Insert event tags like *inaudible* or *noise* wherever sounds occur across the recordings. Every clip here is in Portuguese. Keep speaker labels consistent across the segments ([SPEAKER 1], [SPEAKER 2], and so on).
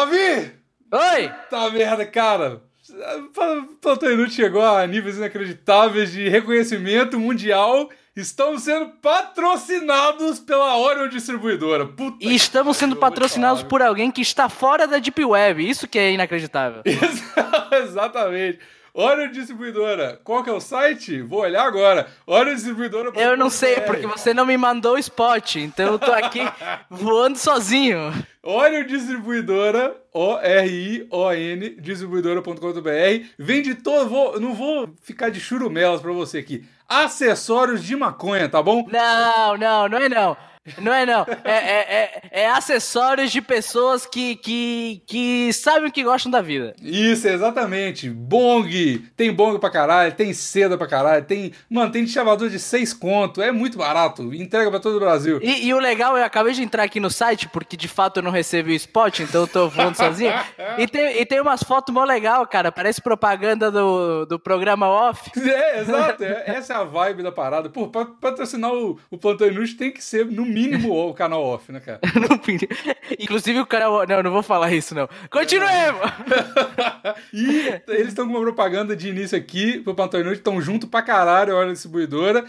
[SPEAKER 1] Davi!
[SPEAKER 2] Oi!
[SPEAKER 1] Tá merda, cara! Plantão Inútil chegou a níveis inacreditáveis de reconhecimento mundial. Estamos sendo patrocinados pela Orion Distribuidora. Puta
[SPEAKER 2] E estamos sendo patrocinados por alguém que está fora da Deep Web. Isso que é inacreditável.
[SPEAKER 1] Exa- *laughs* Exatamente. Orion Distribuidora. Qual que é o site? Vou olhar agora. Orion Distribuidora.
[SPEAKER 2] Eu não sei, porque você não me mandou o spot, então eu tô aqui voando sozinho.
[SPEAKER 1] Orion Distribuidora, O-R-I-O-N, distribuidora.com.br. Vende todo. Vou, não vou ficar de churumelas pra você aqui. Acessórios de maconha, tá bom?
[SPEAKER 2] Não, não, não é não. Não é não. É, é, é- é acessórios de pessoas que, que, que sabem o que gostam da vida.
[SPEAKER 1] Isso, exatamente. Bong. Tem bong pra caralho, tem seda pra caralho, tem. Mano, tem de chavador de seis conto. É muito barato. Entrega pra todo o Brasil. *laughs*
[SPEAKER 2] E, e o legal, eu acabei de entrar aqui no site, porque de fato eu não recebi o spot, então eu tô voando sozinho. E tem, e tem umas fotos mó legal, cara. Parece propaganda do, do programa off.
[SPEAKER 1] É, exato. É- essa é a vibe da parada. Pô, pra pra patrocinar o, o Plantão Inútil tem que ser, no mínimo, o canal off, né, cara?
[SPEAKER 2] *laughs* Não pedi- Inclusive o cara. Não, não vou falar isso, não. Continuemos!
[SPEAKER 1] *laughs* e eles estão com uma propaganda de início aqui pro Plantão Inútil. Estão junto pra caralho, olha a distribuidora.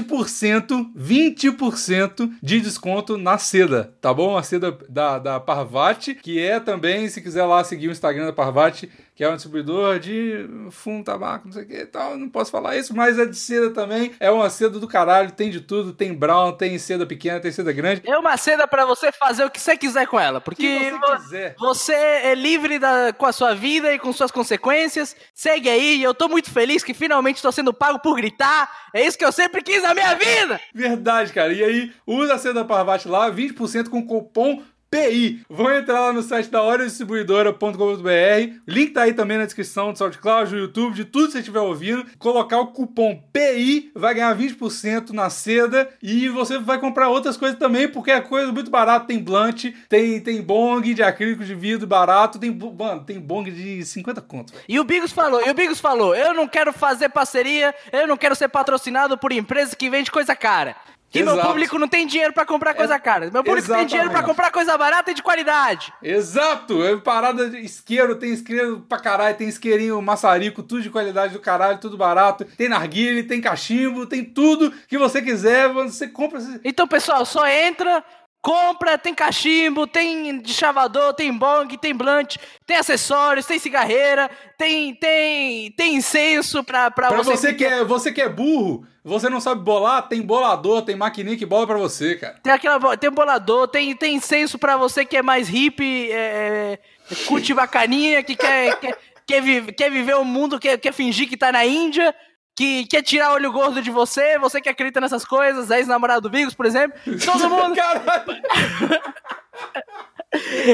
[SPEAKER 1] 20%, 20% de desconto na seda, tá bom? A seda da, da Parvati, que é também, se quiser lá seguir o Instagram da Parvati, que é um distribuidor de fumo, tabaco, não sei o que e tal. Não posso falar isso, mas é de seda também. É uma seda do caralho, tem de tudo. Tem brown, tem seda pequena, tem seda grande.
[SPEAKER 2] É uma seda pra você fazer o que você quiser com ela,
[SPEAKER 1] O que
[SPEAKER 2] porque
[SPEAKER 1] você
[SPEAKER 2] vo-
[SPEAKER 1] quiser.
[SPEAKER 2] você é livre da, com a sua vida e com suas consequências. Segue aí, e eu tô muito feliz que finalmente tô sendo pago por gritar. É isso que eu sempre quis na minha vida!
[SPEAKER 1] *laughs* Verdade, cara. E aí, usa a seda Parvati lá, 20% com cupom PI. Vão entrar lá no site da oriodistribuidora.com.br. Link tá aí também na descrição do SoundCloud, do YouTube, de tudo que você estiver ouvindo. Colocar o cupom PI, vai ganhar 20% na seda e você vai comprar outras coisas também, porque é coisa muito barata. Tem blunt, tem, tem bong de acrílico de vidro barato, tem, bo- mano, tem bong de 50 conto, velho.
[SPEAKER 2] E o Bigos falou, e o Bigos falou, eu não quero fazer parceria, eu não quero ser patrocinado por empresa que vende coisa cara. Que meu
[SPEAKER 1] Exato.
[SPEAKER 2] público não tem dinheiro pra comprar coisa cara. Meu público tem dinheiro pra
[SPEAKER 1] Exatamente.
[SPEAKER 2] comprar coisa barata e de qualidade.
[SPEAKER 1] Exato! É parada de isqueiro, tem isqueiro pra caralho, tem isqueirinho, maçarico, tudo de qualidade do caralho, tudo barato. Tem narguile, tem cachimbo, tem tudo que você quiser, você compra. você-
[SPEAKER 2] Então, pessoal, só entra, compra, tem cachimbo, tem de chavador, tem bong, tem blunt, tem acessórios, tem cigarreira, tem tem tem incenso pra, pra,
[SPEAKER 1] Pra
[SPEAKER 2] Ah, você.
[SPEAKER 1] você que, é, você que é burro, você não sabe bolar, tem bolador, tem maquininha que bola pra você, cara.
[SPEAKER 2] Tem aquela bo- tem um bolador, tem tem incenso pra você que é mais hippie, é, é, curte bacaninha, que quer quer, quer, vi- quer viver o mundo, quer, quer fingir que tá na Índia. Que quer tirar olho gordo de você, você que acredita nessas coisas, ex-namorado do Bigos, por exemplo. Então, Todo
[SPEAKER 1] *laughs*
[SPEAKER 2] mundo, *laughs*
[SPEAKER 1] Caralho!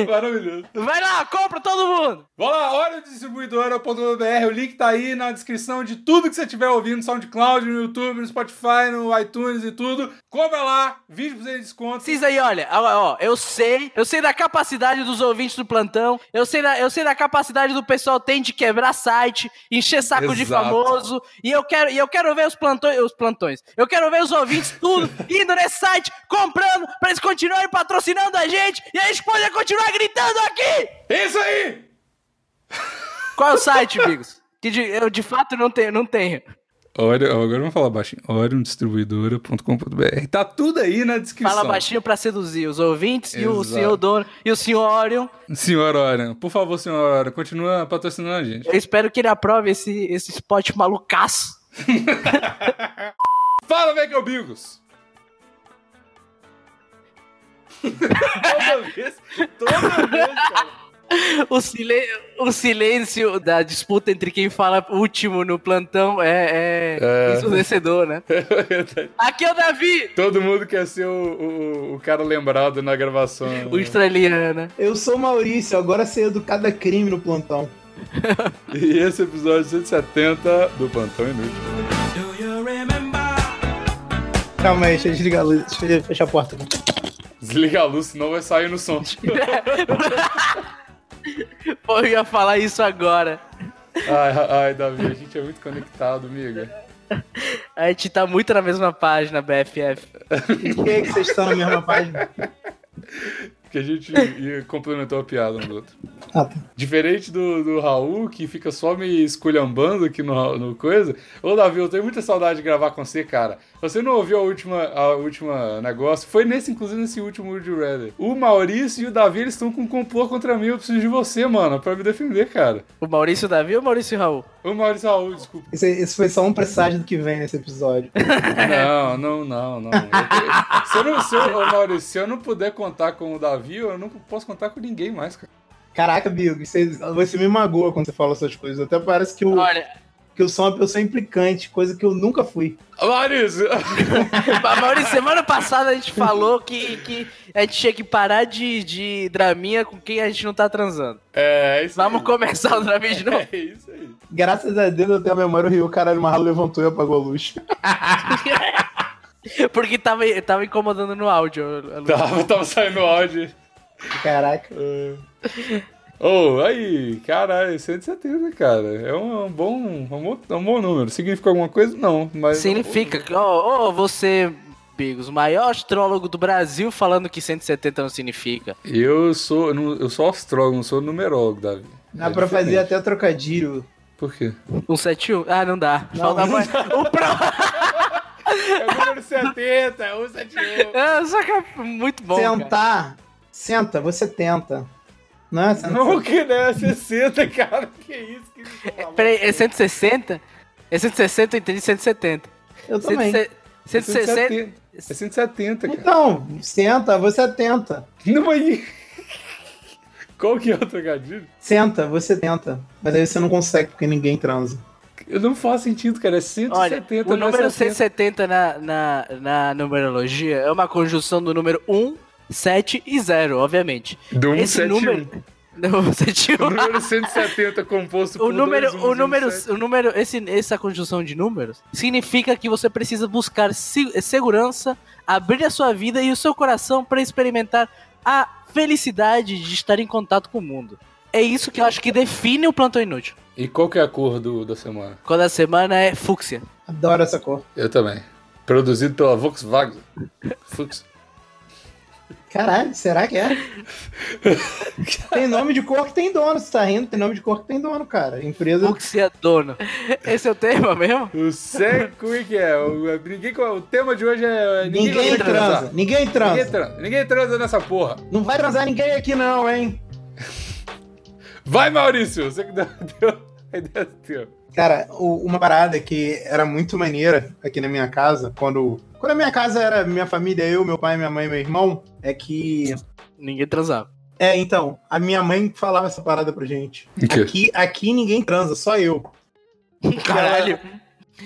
[SPEAKER 1] Maravilhoso.
[SPEAKER 2] vai lá, compra todo mundo!
[SPEAKER 1] Vá lá, olha o distribuidora.br, o link tá aí na descrição de tudo que você estiver ouvindo, no SoundCloud, no YouTube, no Spotify, no iTunes e tudo. Compra lá, 20% de desconto.
[SPEAKER 2] Precisa aí, olha, ó, ó, eu sei, eu sei da capacidade dos ouvintes do plantão, eu sei da, eu sei da capacidade do pessoal tem de quebrar site, encher saco de
[SPEAKER 1] Exato.
[SPEAKER 2] famoso, e eu quero, e eu quero ver os plantões, os plantões, eu quero ver os ouvintes
[SPEAKER 1] *laughs*
[SPEAKER 2] tudo indo nesse site, comprando, pra eles continuarem patrocinando a gente, e a gente poder continuar gritando aqui!
[SPEAKER 1] É Isso aí!
[SPEAKER 2] Qual é
[SPEAKER 1] *laughs*
[SPEAKER 2] o site, amigos? Que de- eu de fato não tenho, não tenho.
[SPEAKER 1] Olha, agora vamos falar baixinho. Oriondistribuidora.com.br. Tá tudo aí na descrição.
[SPEAKER 2] Fala baixinho pra seduzir os ouvintes e o
[SPEAKER 1] Exato.
[SPEAKER 2] senhor dono e o senhor Orion.
[SPEAKER 1] Senhor Orion, por favor, senhor Orion, continua patrocinando a gente.
[SPEAKER 2] Eu espero que ele aprove esse, esse spot malucaço.
[SPEAKER 1] Fala, velho, é Bigos! toda vez, toda vez, cara.
[SPEAKER 2] O, silen- o silêncio da disputa entre quem fala último no plantão é, é,
[SPEAKER 1] É.
[SPEAKER 2] ensurdecedor, né?
[SPEAKER 1] *laughs* É verdade.
[SPEAKER 2] Aqui é o Davi,
[SPEAKER 1] Todo mundo quer ser o, o, o cara lembrado na gravação. né?
[SPEAKER 2] o australiano. né?
[SPEAKER 3] Eu sou Maurício, agora sei educado a crime no plantão.
[SPEAKER 1] E esse é o episódio 170 do Plantão Inútil.
[SPEAKER 3] Calma aí, deixa eu desligar a luz, deixa eu fechar a porta.
[SPEAKER 1] Desliga a luz, senão vai sair no som.
[SPEAKER 2] Pô, eu ia falar isso agora.
[SPEAKER 1] Ai, ai, Davi, a gente é muito conectado, amiga.
[SPEAKER 2] A gente tá muito na mesma página, BFF.
[SPEAKER 3] Por que, é que vocês estão na mesma página?
[SPEAKER 1] Porque a gente ia- complementou a piada um do outro.
[SPEAKER 3] Ah, tá.
[SPEAKER 1] Diferente do, do Raul, que fica só me esculhambando aqui no, no coisa. Ô, Davi, eu tenho muita saudade de gravar com você, cara. Você não ouviu a última, a última negócio? Foi nesse, inclusive, nesse último Would You Rather. O Maurício e o Davi, eles estão com um complô contra mim. Eu preciso de você, mano, pra me defender, cara.
[SPEAKER 2] O Maurício Davi ou o Maurício Raul?
[SPEAKER 1] Ô, Maurício e Raul, desculpa.
[SPEAKER 3] Esse, esse foi só um presságio do que vem nesse episódio.
[SPEAKER 1] Não, não, não, não. Eu te- se eu não se eu, ô, Maurício, se eu não puder contar com o Davi, eu não posso contar com ninguém mais, cara.
[SPEAKER 3] Caraca, Bigo, você, você me magoa quando você fala essas coisas. Até parece que eu,
[SPEAKER 2] Olha,
[SPEAKER 3] que eu sou uma pessoa implicante, coisa que eu nunca fui.
[SPEAKER 1] Maurício! *laughs*
[SPEAKER 2] Maurício, semana passada a gente falou que, que a gente tinha que parar de, de draminha com quem a gente não tá transando.
[SPEAKER 1] É, é isso
[SPEAKER 2] Vamos
[SPEAKER 1] aí.
[SPEAKER 2] começar o draminha de novo?
[SPEAKER 1] É isso aí.
[SPEAKER 3] Graças a Deus eu tenho a memória, o Rio, caralho, o Marralo levantou e apagou a luz.
[SPEAKER 2] *laughs* Porque tava, tava incomodando no áudio. a luz.
[SPEAKER 1] É. Tava, tava saindo áudio.
[SPEAKER 3] Caraca.
[SPEAKER 1] Oh, aí, caralho, 170, cara. É um, um bom, um, bom, é um bom número. Significa alguma coisa? Não, mas.
[SPEAKER 2] Significa que, ó, ó, você, Bigos, o maior astrólogo do Brasil, falando que 170 não significa.
[SPEAKER 1] Eu sou, eu não- eu sou astrólogo, não sou numerólogo, Davi.
[SPEAKER 3] Dá
[SPEAKER 1] É
[SPEAKER 3] pra
[SPEAKER 1] diferente.
[SPEAKER 3] fazer até trocadilho.
[SPEAKER 1] Por quê?
[SPEAKER 2] 171? Ah, não dá. Falta
[SPEAKER 3] não
[SPEAKER 2] mais. O pro...
[SPEAKER 1] É o número 70, é o 71.
[SPEAKER 2] Ah, só que *laughs* é muito bom. cara.
[SPEAKER 3] Sentar. Senta, você tenta. Não é? Senta.
[SPEAKER 1] Não, que né? 60, cara. Que isso? Que tá isso?
[SPEAKER 2] Peraí, é 160? É 160, eu entendi 170.
[SPEAKER 3] Eu também.
[SPEAKER 2] 160.
[SPEAKER 1] É 170, cara.
[SPEAKER 3] Então, senta, você tenta.
[SPEAKER 1] Não, mas. *laughs* Qual que é o trocadilho?
[SPEAKER 3] Senta, você tenta. Mas aí você não consegue porque ninguém transa.
[SPEAKER 1] Eu não faz sentido, cara. É 170,
[SPEAKER 2] Olha, o
[SPEAKER 1] não é
[SPEAKER 2] número
[SPEAKER 1] 70.
[SPEAKER 2] 170 na, na, na numerologia é uma conjunção do número 1, 7 e 0, obviamente.
[SPEAKER 1] Do
[SPEAKER 2] Esse
[SPEAKER 1] 171.
[SPEAKER 2] número. *laughs* Não, 71.
[SPEAKER 1] O número 170 composto por
[SPEAKER 2] O número,
[SPEAKER 1] dois, uns e
[SPEAKER 2] o
[SPEAKER 1] um
[SPEAKER 2] número,
[SPEAKER 1] sete.
[SPEAKER 2] o número, esse, essa conjunção de números significa que você precisa buscar se- segurança, abrir a sua vida e o seu coração para experimentar a felicidade de estar em contato com o mundo. É isso que eu acho que define o plantão inútil.
[SPEAKER 1] E qual que é a cor do, da semana?
[SPEAKER 2] Quando a semana é fúcsia.
[SPEAKER 3] Adoro essa cor.
[SPEAKER 1] Eu também. Produzido pela Volkswagen. Fux.
[SPEAKER 3] Caralho, será que é? tem nome de cor que tem dono, você tá rindo? Tem nome de cor que tem dono, cara. Empresa.
[SPEAKER 2] Fúcsia dono. *laughs* Esse é o tema mesmo?
[SPEAKER 1] *laughs* Eu sei como é que é. O, é, ninguém, co- o tema de hoje é. é,
[SPEAKER 3] Ninguém,
[SPEAKER 1] consegue
[SPEAKER 3] transa.
[SPEAKER 1] transar.
[SPEAKER 3] Ninguém
[SPEAKER 1] Ninguém
[SPEAKER 3] transa.
[SPEAKER 1] transa. Ninguém transa nessa porra.
[SPEAKER 3] Não vai transar ninguém aqui, não, hein?
[SPEAKER 1] Vai, Maurício! Você que deu. *laughs* deu a ideia do teu.
[SPEAKER 3] Cara, o- uma parada que era muito maneira aqui na minha casa, quando. Quando a minha casa era minha família, eu, meu pai, minha mãe e meu irmão, é que.
[SPEAKER 2] Ninguém transava.
[SPEAKER 3] É, então, a minha mãe falava essa parada pra gente. Aqui, aqui ninguém transa, só eu.
[SPEAKER 2] *laughs* Caralho.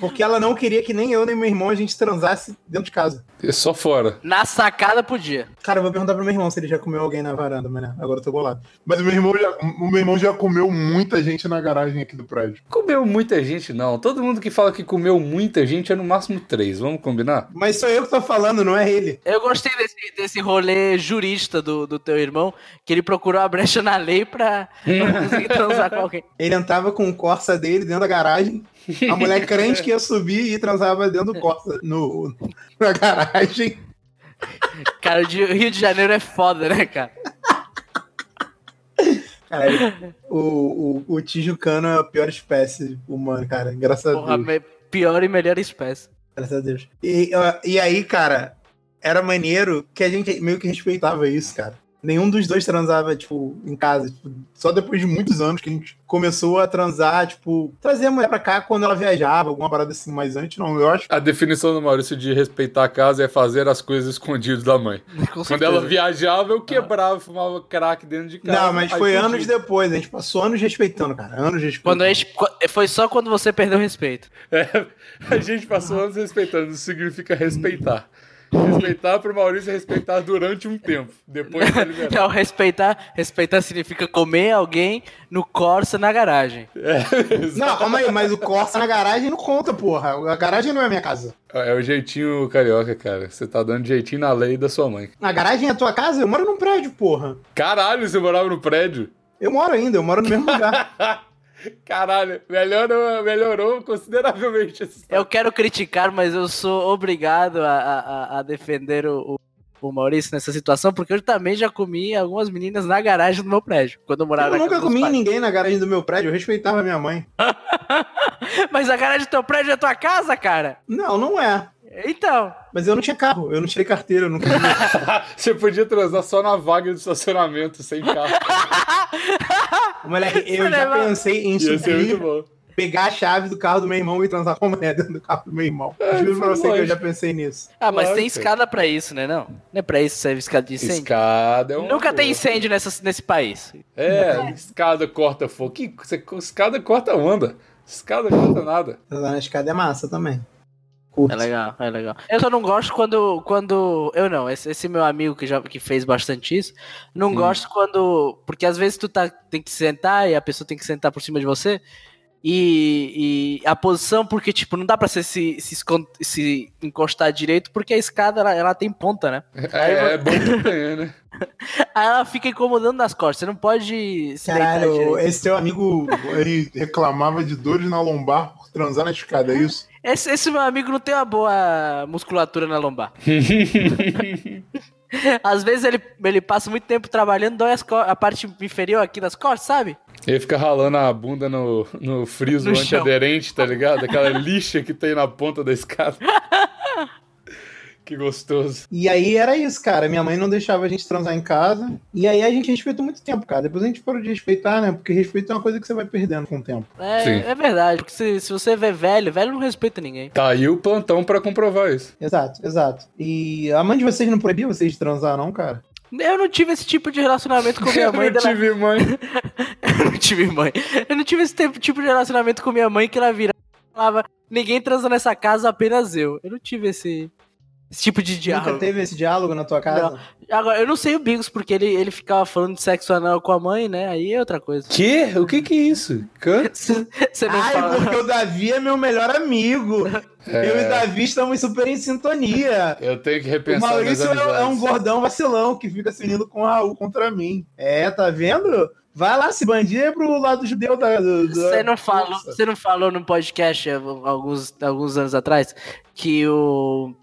[SPEAKER 3] Porque ela não queria que nem eu nem meu irmão a gente transasse dentro de casa.
[SPEAKER 1] É só fora.
[SPEAKER 2] Na sacada podia.
[SPEAKER 3] Cara, eu vou perguntar pro meu irmão se ele já comeu alguém na varanda, mas né, agora eu tô golado. Mas o meu, irmão já, o meu irmão já comeu muita gente na garagem aqui do prédio.
[SPEAKER 1] Comeu muita gente, não. Todo mundo que fala que comeu muita gente é no máximo três. Vamos combinar?
[SPEAKER 3] Mas sou eu que tô falando, não é ele.
[SPEAKER 2] Eu gostei desse, desse rolê jurista do, do teu irmão, que ele procurou a brecha na lei *laughs* pra não conseguir transar com alguém.
[SPEAKER 3] Ele entrava com o Corsa dele dentro da garagem. A mulher crente que ia subir e transava dentro do Corsa, no, na garagem.
[SPEAKER 2] Cara, o de- o Rio de Janeiro é foda, né, cara?
[SPEAKER 3] Cara, o, o, o tijucano é a pior espécie humana, cara. Graças a
[SPEAKER 2] Porra,
[SPEAKER 3] Deus.
[SPEAKER 2] me- pior e melhor espécie.
[SPEAKER 3] Graças a Deus. E, ó, e aí, cara, era maneiro que a gente meio que respeitava isso, cara. Nenhum dos dois transava, tipo, em casa. Tipo, só depois de muitos anos que a gente começou a transar, tipo, trazer a mulher pra cá quando ela viajava, alguma parada assim. Mas antes, não, eu acho.
[SPEAKER 1] A definição do Maurício de respeitar a casa é fazer as coisas escondidas da mãe.
[SPEAKER 2] Com
[SPEAKER 1] Quando
[SPEAKER 2] certeza. Ah.
[SPEAKER 1] ela viajava, eu quebrava, fumava crack dentro de casa.
[SPEAKER 3] Não, mas
[SPEAKER 1] Aí
[SPEAKER 3] foi
[SPEAKER 1] podia.
[SPEAKER 3] anos depois. A gente passou anos respeitando, cara. Anos respeitando.
[SPEAKER 2] Quando a gente- qu- foi só quando você perdeu o respeito.
[SPEAKER 1] É, a gente passou anos respeitando, isso significa respeitar. Respeitar pro Maurício é respeitar durante um tempo. Depois tá liberado.
[SPEAKER 2] Então, respeitar, respeitar significa comer alguém no Corsa na garagem.
[SPEAKER 1] É,
[SPEAKER 3] Não,
[SPEAKER 1] exato.
[SPEAKER 3] calma aí, mas o Corsa na garagem não conta, porra. A garagem não é minha casa.
[SPEAKER 1] É o jeitinho carioca, cara. Você tá dando jeitinho na lei da sua mãe.
[SPEAKER 3] A garagem é a tua casa? Eu moro num prédio, porra.
[SPEAKER 1] Caralho, você morava no prédio?
[SPEAKER 3] Eu moro ainda, eu moro no mesmo lugar.
[SPEAKER 1] Caralho, melhorou, melhorou consideravelmente essa história.
[SPEAKER 2] Eu quero criticar, mas eu sou obrigado a, a- a- a defender o, o o Maurício nessa situação, porque eu também já comi algumas meninas na garagem do meu prédio, quando eu morava
[SPEAKER 3] Eu
[SPEAKER 2] na
[SPEAKER 3] nunca
[SPEAKER 2] casa dos
[SPEAKER 3] comi
[SPEAKER 2] pais.
[SPEAKER 3] ninguém na garagem do meu prédio, eu respeitava minha mãe.
[SPEAKER 2] Mas a garagem do teu prédio é tua casa, cara?
[SPEAKER 3] Não, não é.
[SPEAKER 2] Então,
[SPEAKER 3] Mas eu não tinha carro, eu não tirei carteira, eu nunca.
[SPEAKER 1] *laughs* Você podia transar só na vaga do estacionamento, sem carro.
[SPEAKER 3] Moleque, eu já
[SPEAKER 2] Leva-
[SPEAKER 3] pensei em
[SPEAKER 1] Ia ser muito
[SPEAKER 3] subir,
[SPEAKER 1] bom.
[SPEAKER 3] pegar a chave do carro do meu irmão e transar com a mulher dentro do carro do meu irmão.
[SPEAKER 1] É,
[SPEAKER 3] Juro pra
[SPEAKER 1] isso é
[SPEAKER 3] você que eu
[SPEAKER 1] lógico.
[SPEAKER 3] já pensei nisso.
[SPEAKER 2] ah, mas
[SPEAKER 1] Claro,
[SPEAKER 2] tem
[SPEAKER 1] cara.
[SPEAKER 2] escada pra isso, né? Não, não é pra isso que serve escada de incêndio.
[SPEAKER 1] Escada é um.
[SPEAKER 2] Nunca tem incêndio nessa, nesse país. *laughs*
[SPEAKER 1] É, escada corta fogo. Que, você- escada corta onda. Escada corta nada.
[SPEAKER 3] Transar na escada é massa também. Curto.
[SPEAKER 2] É legal, é legal. Eu só não gosto quando. quando eu não, esse, esse meu amigo que já que fez bastante isso, não gosto quando. Porque às vezes tu tá, tem que sentar e a pessoa tem que sentar por cima de você. E, e a posição, porque, tipo, não dá pra você se, se, escon- se encostar direito, porque a escada ela, ela tem ponta, né?
[SPEAKER 1] É, é bom que tenha, né?
[SPEAKER 2] Aí ela fica incomodando nas costas, você não pode se deitar
[SPEAKER 3] Caralho,
[SPEAKER 2] direito.
[SPEAKER 3] esse teu amigo.
[SPEAKER 4] Ele reclamava de dores na lombar por transar na escada, é isso?
[SPEAKER 2] Esse, esse meu amigo não tem uma boa musculatura na lombar. Às vezes ele, ele passa muito tempo trabalhando, dói as co- a parte inferior aqui das costas, sabe?
[SPEAKER 1] Ele fica ralando a bunda no, no friso
[SPEAKER 2] No chão.
[SPEAKER 1] antiaderente, tá ligado? Aquela lixa que tem na ponta da
[SPEAKER 2] *laughs*
[SPEAKER 1] escada. que gostoso.
[SPEAKER 3] E aí era isso, cara. Minha mãe não deixava a gente transar em casa. E aí a gente respeitou muito tempo, cara. Depois a gente parou de respeitar, né? Porque respeito é uma coisa que você vai perdendo com o tempo.
[SPEAKER 1] Sim.
[SPEAKER 2] É, é verdade, porque se, se você vê velho, velho não respeita ninguém.
[SPEAKER 1] Tá aí o plantão pra comprovar isso.
[SPEAKER 3] Exato, exato. E a mãe de vocês não proibia vocês de transar, não, cara?
[SPEAKER 2] Eu não tive esse tipo de
[SPEAKER 1] *laughs*
[SPEAKER 2] relacionamento com minha
[SPEAKER 1] Eu
[SPEAKER 2] mãe.
[SPEAKER 1] não
[SPEAKER 2] dela-
[SPEAKER 1] tive mãe.
[SPEAKER 2] Eu não tive mãe. Eu não tive esse tempo- tipo de relacionamento com minha mãe que ela virava e falava: ninguém transa nessa casa, apenas eu. Eu não tive esse, esse tipo de diálogo.
[SPEAKER 3] Nunca teve esse diálogo na tua casa?
[SPEAKER 2] Agora, eu não sei o Bigos, porque ele, ele ficava falando de sexo anal com a mãe, né? Aí é outra coisa.
[SPEAKER 1] Quê? O que que é isso? Cã?
[SPEAKER 2] Você não
[SPEAKER 3] Ai,
[SPEAKER 2] fala.
[SPEAKER 3] porque o Davi é meu melhor amigo. Eu e o Davi estamos super em sintonia.
[SPEAKER 1] Eu tenho que
[SPEAKER 3] O
[SPEAKER 1] repensar
[SPEAKER 3] Maurício
[SPEAKER 1] minhas
[SPEAKER 3] é, é um
[SPEAKER 1] amizades.
[SPEAKER 3] gordão vacilão que fica se unindo com o Raul contra mim. É, tá vendo? Vai lá, se bandir pro lado judeu da. do- do-
[SPEAKER 2] Você não falou,
[SPEAKER 3] Nossa.
[SPEAKER 2] você não falou no podcast eh, alguns, alguns anos atrás que o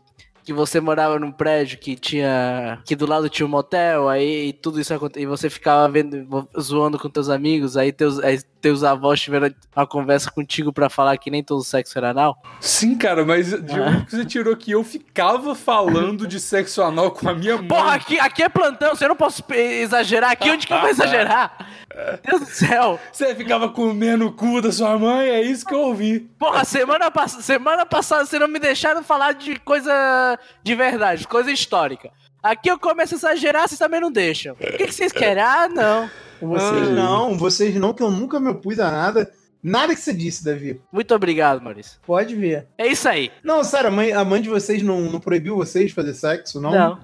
[SPEAKER 2] que você morava num prédio que tinha que do lado tinha um motel, aí tudo isso aconte- e você ficava vendo zoando com teus amigos, aí teus aí teus avós tiveram uma conversa contigo pra falar que nem todo sexo era anal.
[SPEAKER 1] Sim, cara, mas
[SPEAKER 2] Ah.
[SPEAKER 1] de onde que você tirou que eu ficava falando de sexo anal com a minha
[SPEAKER 3] Hum.
[SPEAKER 1] mãe?
[SPEAKER 2] Porra, aqui, aqui é plantão, você não posso exagerar aqui, onde que
[SPEAKER 3] *laughs*
[SPEAKER 2] eu vou exagerar?
[SPEAKER 3] É.
[SPEAKER 2] Deus do céu.
[SPEAKER 1] Você ficava comendo o cu da sua mãe? É isso que eu ouvi.
[SPEAKER 2] Porra, semana, pass- semana passada vocês não me deixaram falar de coisa de verdade, coisa histórica. Aqui eu começo a exagerar, vocês também não deixam. O que, que vocês querem? Ah, não.
[SPEAKER 3] Vocês não, vocês não, que eu nunca me opus a nada. Nada que você disse, Davi.
[SPEAKER 2] Muito obrigado, Maurício.
[SPEAKER 3] Pode ver.
[SPEAKER 2] É isso aí.
[SPEAKER 3] Não, sério, a mãe, a mãe de vocês não, não proibiu vocês de fazer sexo, não?
[SPEAKER 2] Não,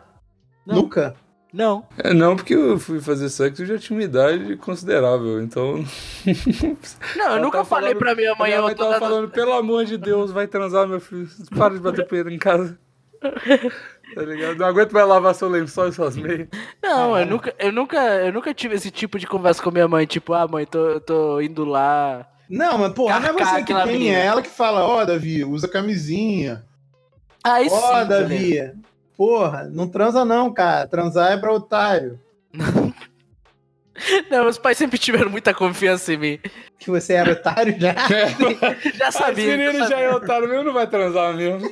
[SPEAKER 2] não.
[SPEAKER 3] Nunca?
[SPEAKER 2] não.
[SPEAKER 1] É, não, porque eu fui fazer sexo e já tinha uma idade considerável, então.
[SPEAKER 2] Não, eu
[SPEAKER 1] Ela
[SPEAKER 2] nunca
[SPEAKER 1] tava
[SPEAKER 2] falei
[SPEAKER 1] falando-
[SPEAKER 2] pra minha mãe.
[SPEAKER 1] minha
[SPEAKER 2] eu
[SPEAKER 1] mãe
[SPEAKER 2] tô
[SPEAKER 1] tava
[SPEAKER 2] dando-
[SPEAKER 1] falando, pelo amor de Deus, vai transar, meu filho. Para de bater poeira em
[SPEAKER 2] *laughs*
[SPEAKER 1] casa. Tá ligado? Não aguento mais lavar seu lençol e suas
[SPEAKER 2] *laughs*
[SPEAKER 1] meias.
[SPEAKER 2] Não, eu nunca, eu, nunca, eu nunca tive esse tipo de conversa com minha mãe. Tipo, ah, mãe, tô, eu tô indo lá.
[SPEAKER 3] Não, mas porra, não é
[SPEAKER 2] Cacá,
[SPEAKER 3] você que
[SPEAKER 2] aquela
[SPEAKER 3] tem,
[SPEAKER 2] menina.
[SPEAKER 3] é ela que fala, ó, Davi,
[SPEAKER 4] Davi, usa camisinha.
[SPEAKER 2] Ah, isso.
[SPEAKER 3] ó, Davi. Porra, não transa não, cara. Transar é pra otário.
[SPEAKER 2] Não, meus pais sempre tiveram muita confiança em mim.
[SPEAKER 3] Que você era otário já. *laughs*
[SPEAKER 2] Já
[SPEAKER 1] Esse
[SPEAKER 2] sabia.
[SPEAKER 1] menino já é otário mesmo, não vai transar mesmo.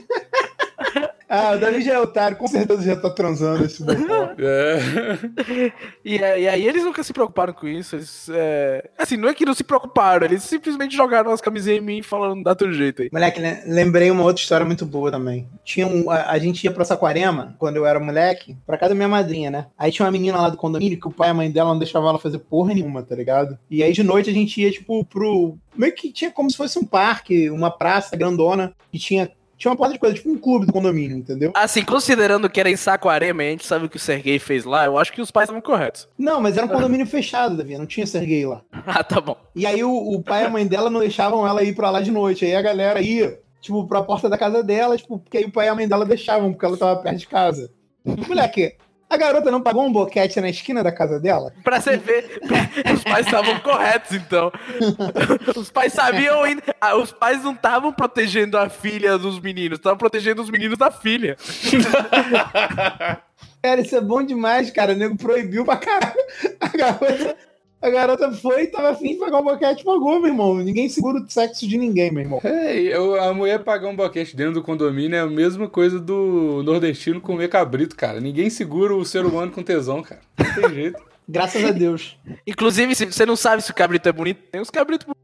[SPEAKER 3] Ah, o Davi já é otário, com certeza já tá transando esse bocó.
[SPEAKER 1] É.
[SPEAKER 2] E, a- e aí eles nunca se preocuparam com isso. eles, é, Assim, não é que não se preocuparam, eles simplesmente jogaram as camisinhas em mim e falaram, dá teu jeito aí.
[SPEAKER 3] Moleque, né, lembrei uma outra história muito boa também. Tinha um, a, a gente ia pra Saquarema, quando eu era moleque, pra casa da minha madrinha, né? Aí tinha uma menina lá do condomínio que o pai e a mãe dela não deixavam ela fazer porra nenhuma, tá ligado? E aí de noite a gente ia, tipo, pro. Meio que tinha como se fosse um parque, uma praça grandona, que tinha. Tinha uma porta de coisa, tipo um clube do condomínio, entendeu?
[SPEAKER 2] Assim, considerando que era em Saquarema e a gente sabe o que o Sergei fez lá, eu acho que os pais estavam *laughs* corretos.
[SPEAKER 3] Não, mas era um condomínio fechado, Davi, não tinha Serguei lá.
[SPEAKER 2] Ah, tá bom.
[SPEAKER 3] E aí o, o pai e a mãe dela não deixavam ela ir pra lá de noite. Aí a galera ia, tipo, pra porta da casa dela, tipo, porque aí o pai e a mãe dela deixavam, porque ela tava perto de
[SPEAKER 2] *laughs*
[SPEAKER 3] casa. Moleque, a garota não pagou um boquete na esquina da casa dela?
[SPEAKER 2] Pra você ver, *laughs* os pais estavam corretos, então. *laughs* Os pais sabiam ainda. ah, Os pais não estavam *laughs* protegendo a filha dos meninos, estavam protegendo os meninos da filha.
[SPEAKER 3] Cara, isso é bom demais, cara. O nego proibiu pra caralho. A garota, a garota foi e tava afim de pagar um boquete, pagou, meu irmão. Ninguém segura o sexo de ninguém, meu irmão.
[SPEAKER 1] É, e eu- a mulher pagar um boquete dentro do condomínio é a mesma coisa do nordestino comer cabrito, cara. Ninguém segura o ser humano com tesão, cara. Não tem jeito.
[SPEAKER 3] Graças a Deus.
[SPEAKER 2] Inclusive, se você não sabe se o cabrito é bonito, tem uns cabritos bonitos.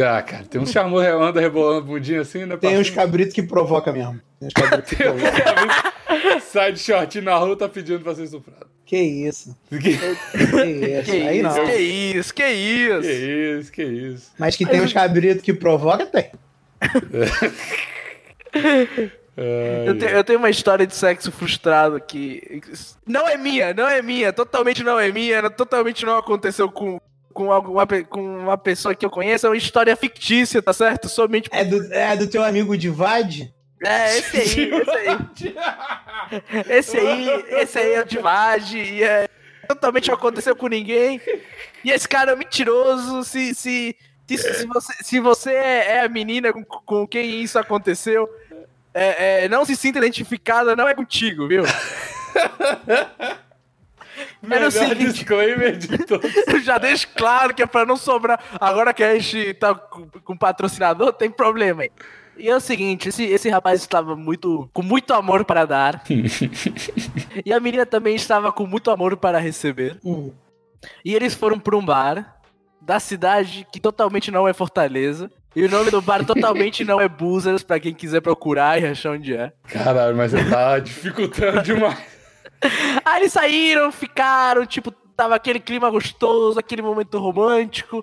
[SPEAKER 1] Ah, cara, tem um charmou anda rebolando bundinha assim, né?
[SPEAKER 3] Tem
[SPEAKER 1] parceiro?
[SPEAKER 3] uns cabritos que provoca mesmo. Tem uns cabritos
[SPEAKER 2] *laughs*
[SPEAKER 3] que
[SPEAKER 1] Tem um
[SPEAKER 3] provoca.
[SPEAKER 1] *laughs* cabrito. Sai de shortinho na rua, tá pedindo pra ser estuprado.
[SPEAKER 3] Que isso.
[SPEAKER 1] Que
[SPEAKER 3] Que isso.
[SPEAKER 2] Que
[SPEAKER 3] Aí não.
[SPEAKER 2] isso, que isso, que isso.
[SPEAKER 1] que isso, que isso.
[SPEAKER 3] Mas que tem uns cabritos que provoca, tem.
[SPEAKER 1] Ai,
[SPEAKER 2] Eu, te- eu tenho uma história de sexo frustrado que. Não é minha, não é minha, totalmente não é minha, totalmente não aconteceu com, com, alguma, pe- com uma pessoa que eu conheço, é uma história fictícia, tá certo? Somente.
[SPEAKER 3] É do, é do teu
[SPEAKER 1] *laughs*
[SPEAKER 3] amigo Divade?
[SPEAKER 2] É, esse aí, esse aí. Esse aí, esse aí é o Divage, e é, totalmente não aconteceu com ninguém. E esse cara é mentiroso, se, se, se, se você, se você é é a menina com, com quem isso aconteceu, é, é, não se sinta identificada, não é contigo, viu? Era
[SPEAKER 1] Melhor
[SPEAKER 2] o seguinte-
[SPEAKER 1] disclaimer de todos.
[SPEAKER 2] *laughs* Eu já deixo claro que é pra não sobrar. Agora que a gente tá com, com patrocinador, tem problema aí. E é o seguinte, esse, esse rapaz estava muito com muito amor para dar. e a menina também estava com muito amor para receber.
[SPEAKER 3] Hum.
[SPEAKER 2] E eles foram pra um bar da cidade que totalmente não é Fortaleza. E o nome do bar totalmente não é Buzzers, pra quem quiser procurar e achar onde é.
[SPEAKER 1] Caralho, mas você tá dificultando
[SPEAKER 2] *laughs*
[SPEAKER 1] demais.
[SPEAKER 2] Aí eles saíram, ficaram, tipo, tava aquele clima gostoso, aquele momento romântico,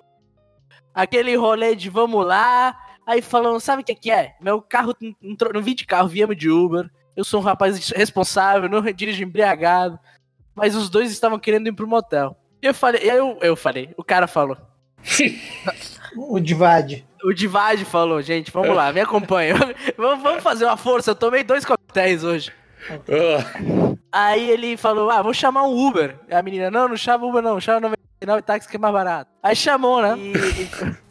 [SPEAKER 2] aquele rolê de vamos lá. Aí falam, sabe o que, que é? Meu carro, não- não tro- não vim de carro, viemos de Uber. Eu sou um rapaz responsável, não dirijo embriagado. Mas os dois estavam querendo ir pro motel. E eu falei, e aí eu, eu falei, o cara falou.
[SPEAKER 3] O Divade.
[SPEAKER 2] O Divage falou, gente, vamos lá, me acompanha. *laughs* vamos, vamos fazer uma força, eu tomei dois coquetéis hoje.
[SPEAKER 1] Ah,
[SPEAKER 2] Aí ele falou, ah, vou chamar um Uber. Aí a menina, não, não chama Uber não, chama 99 táxi que é mais barato. Aí chamou, né? E- e-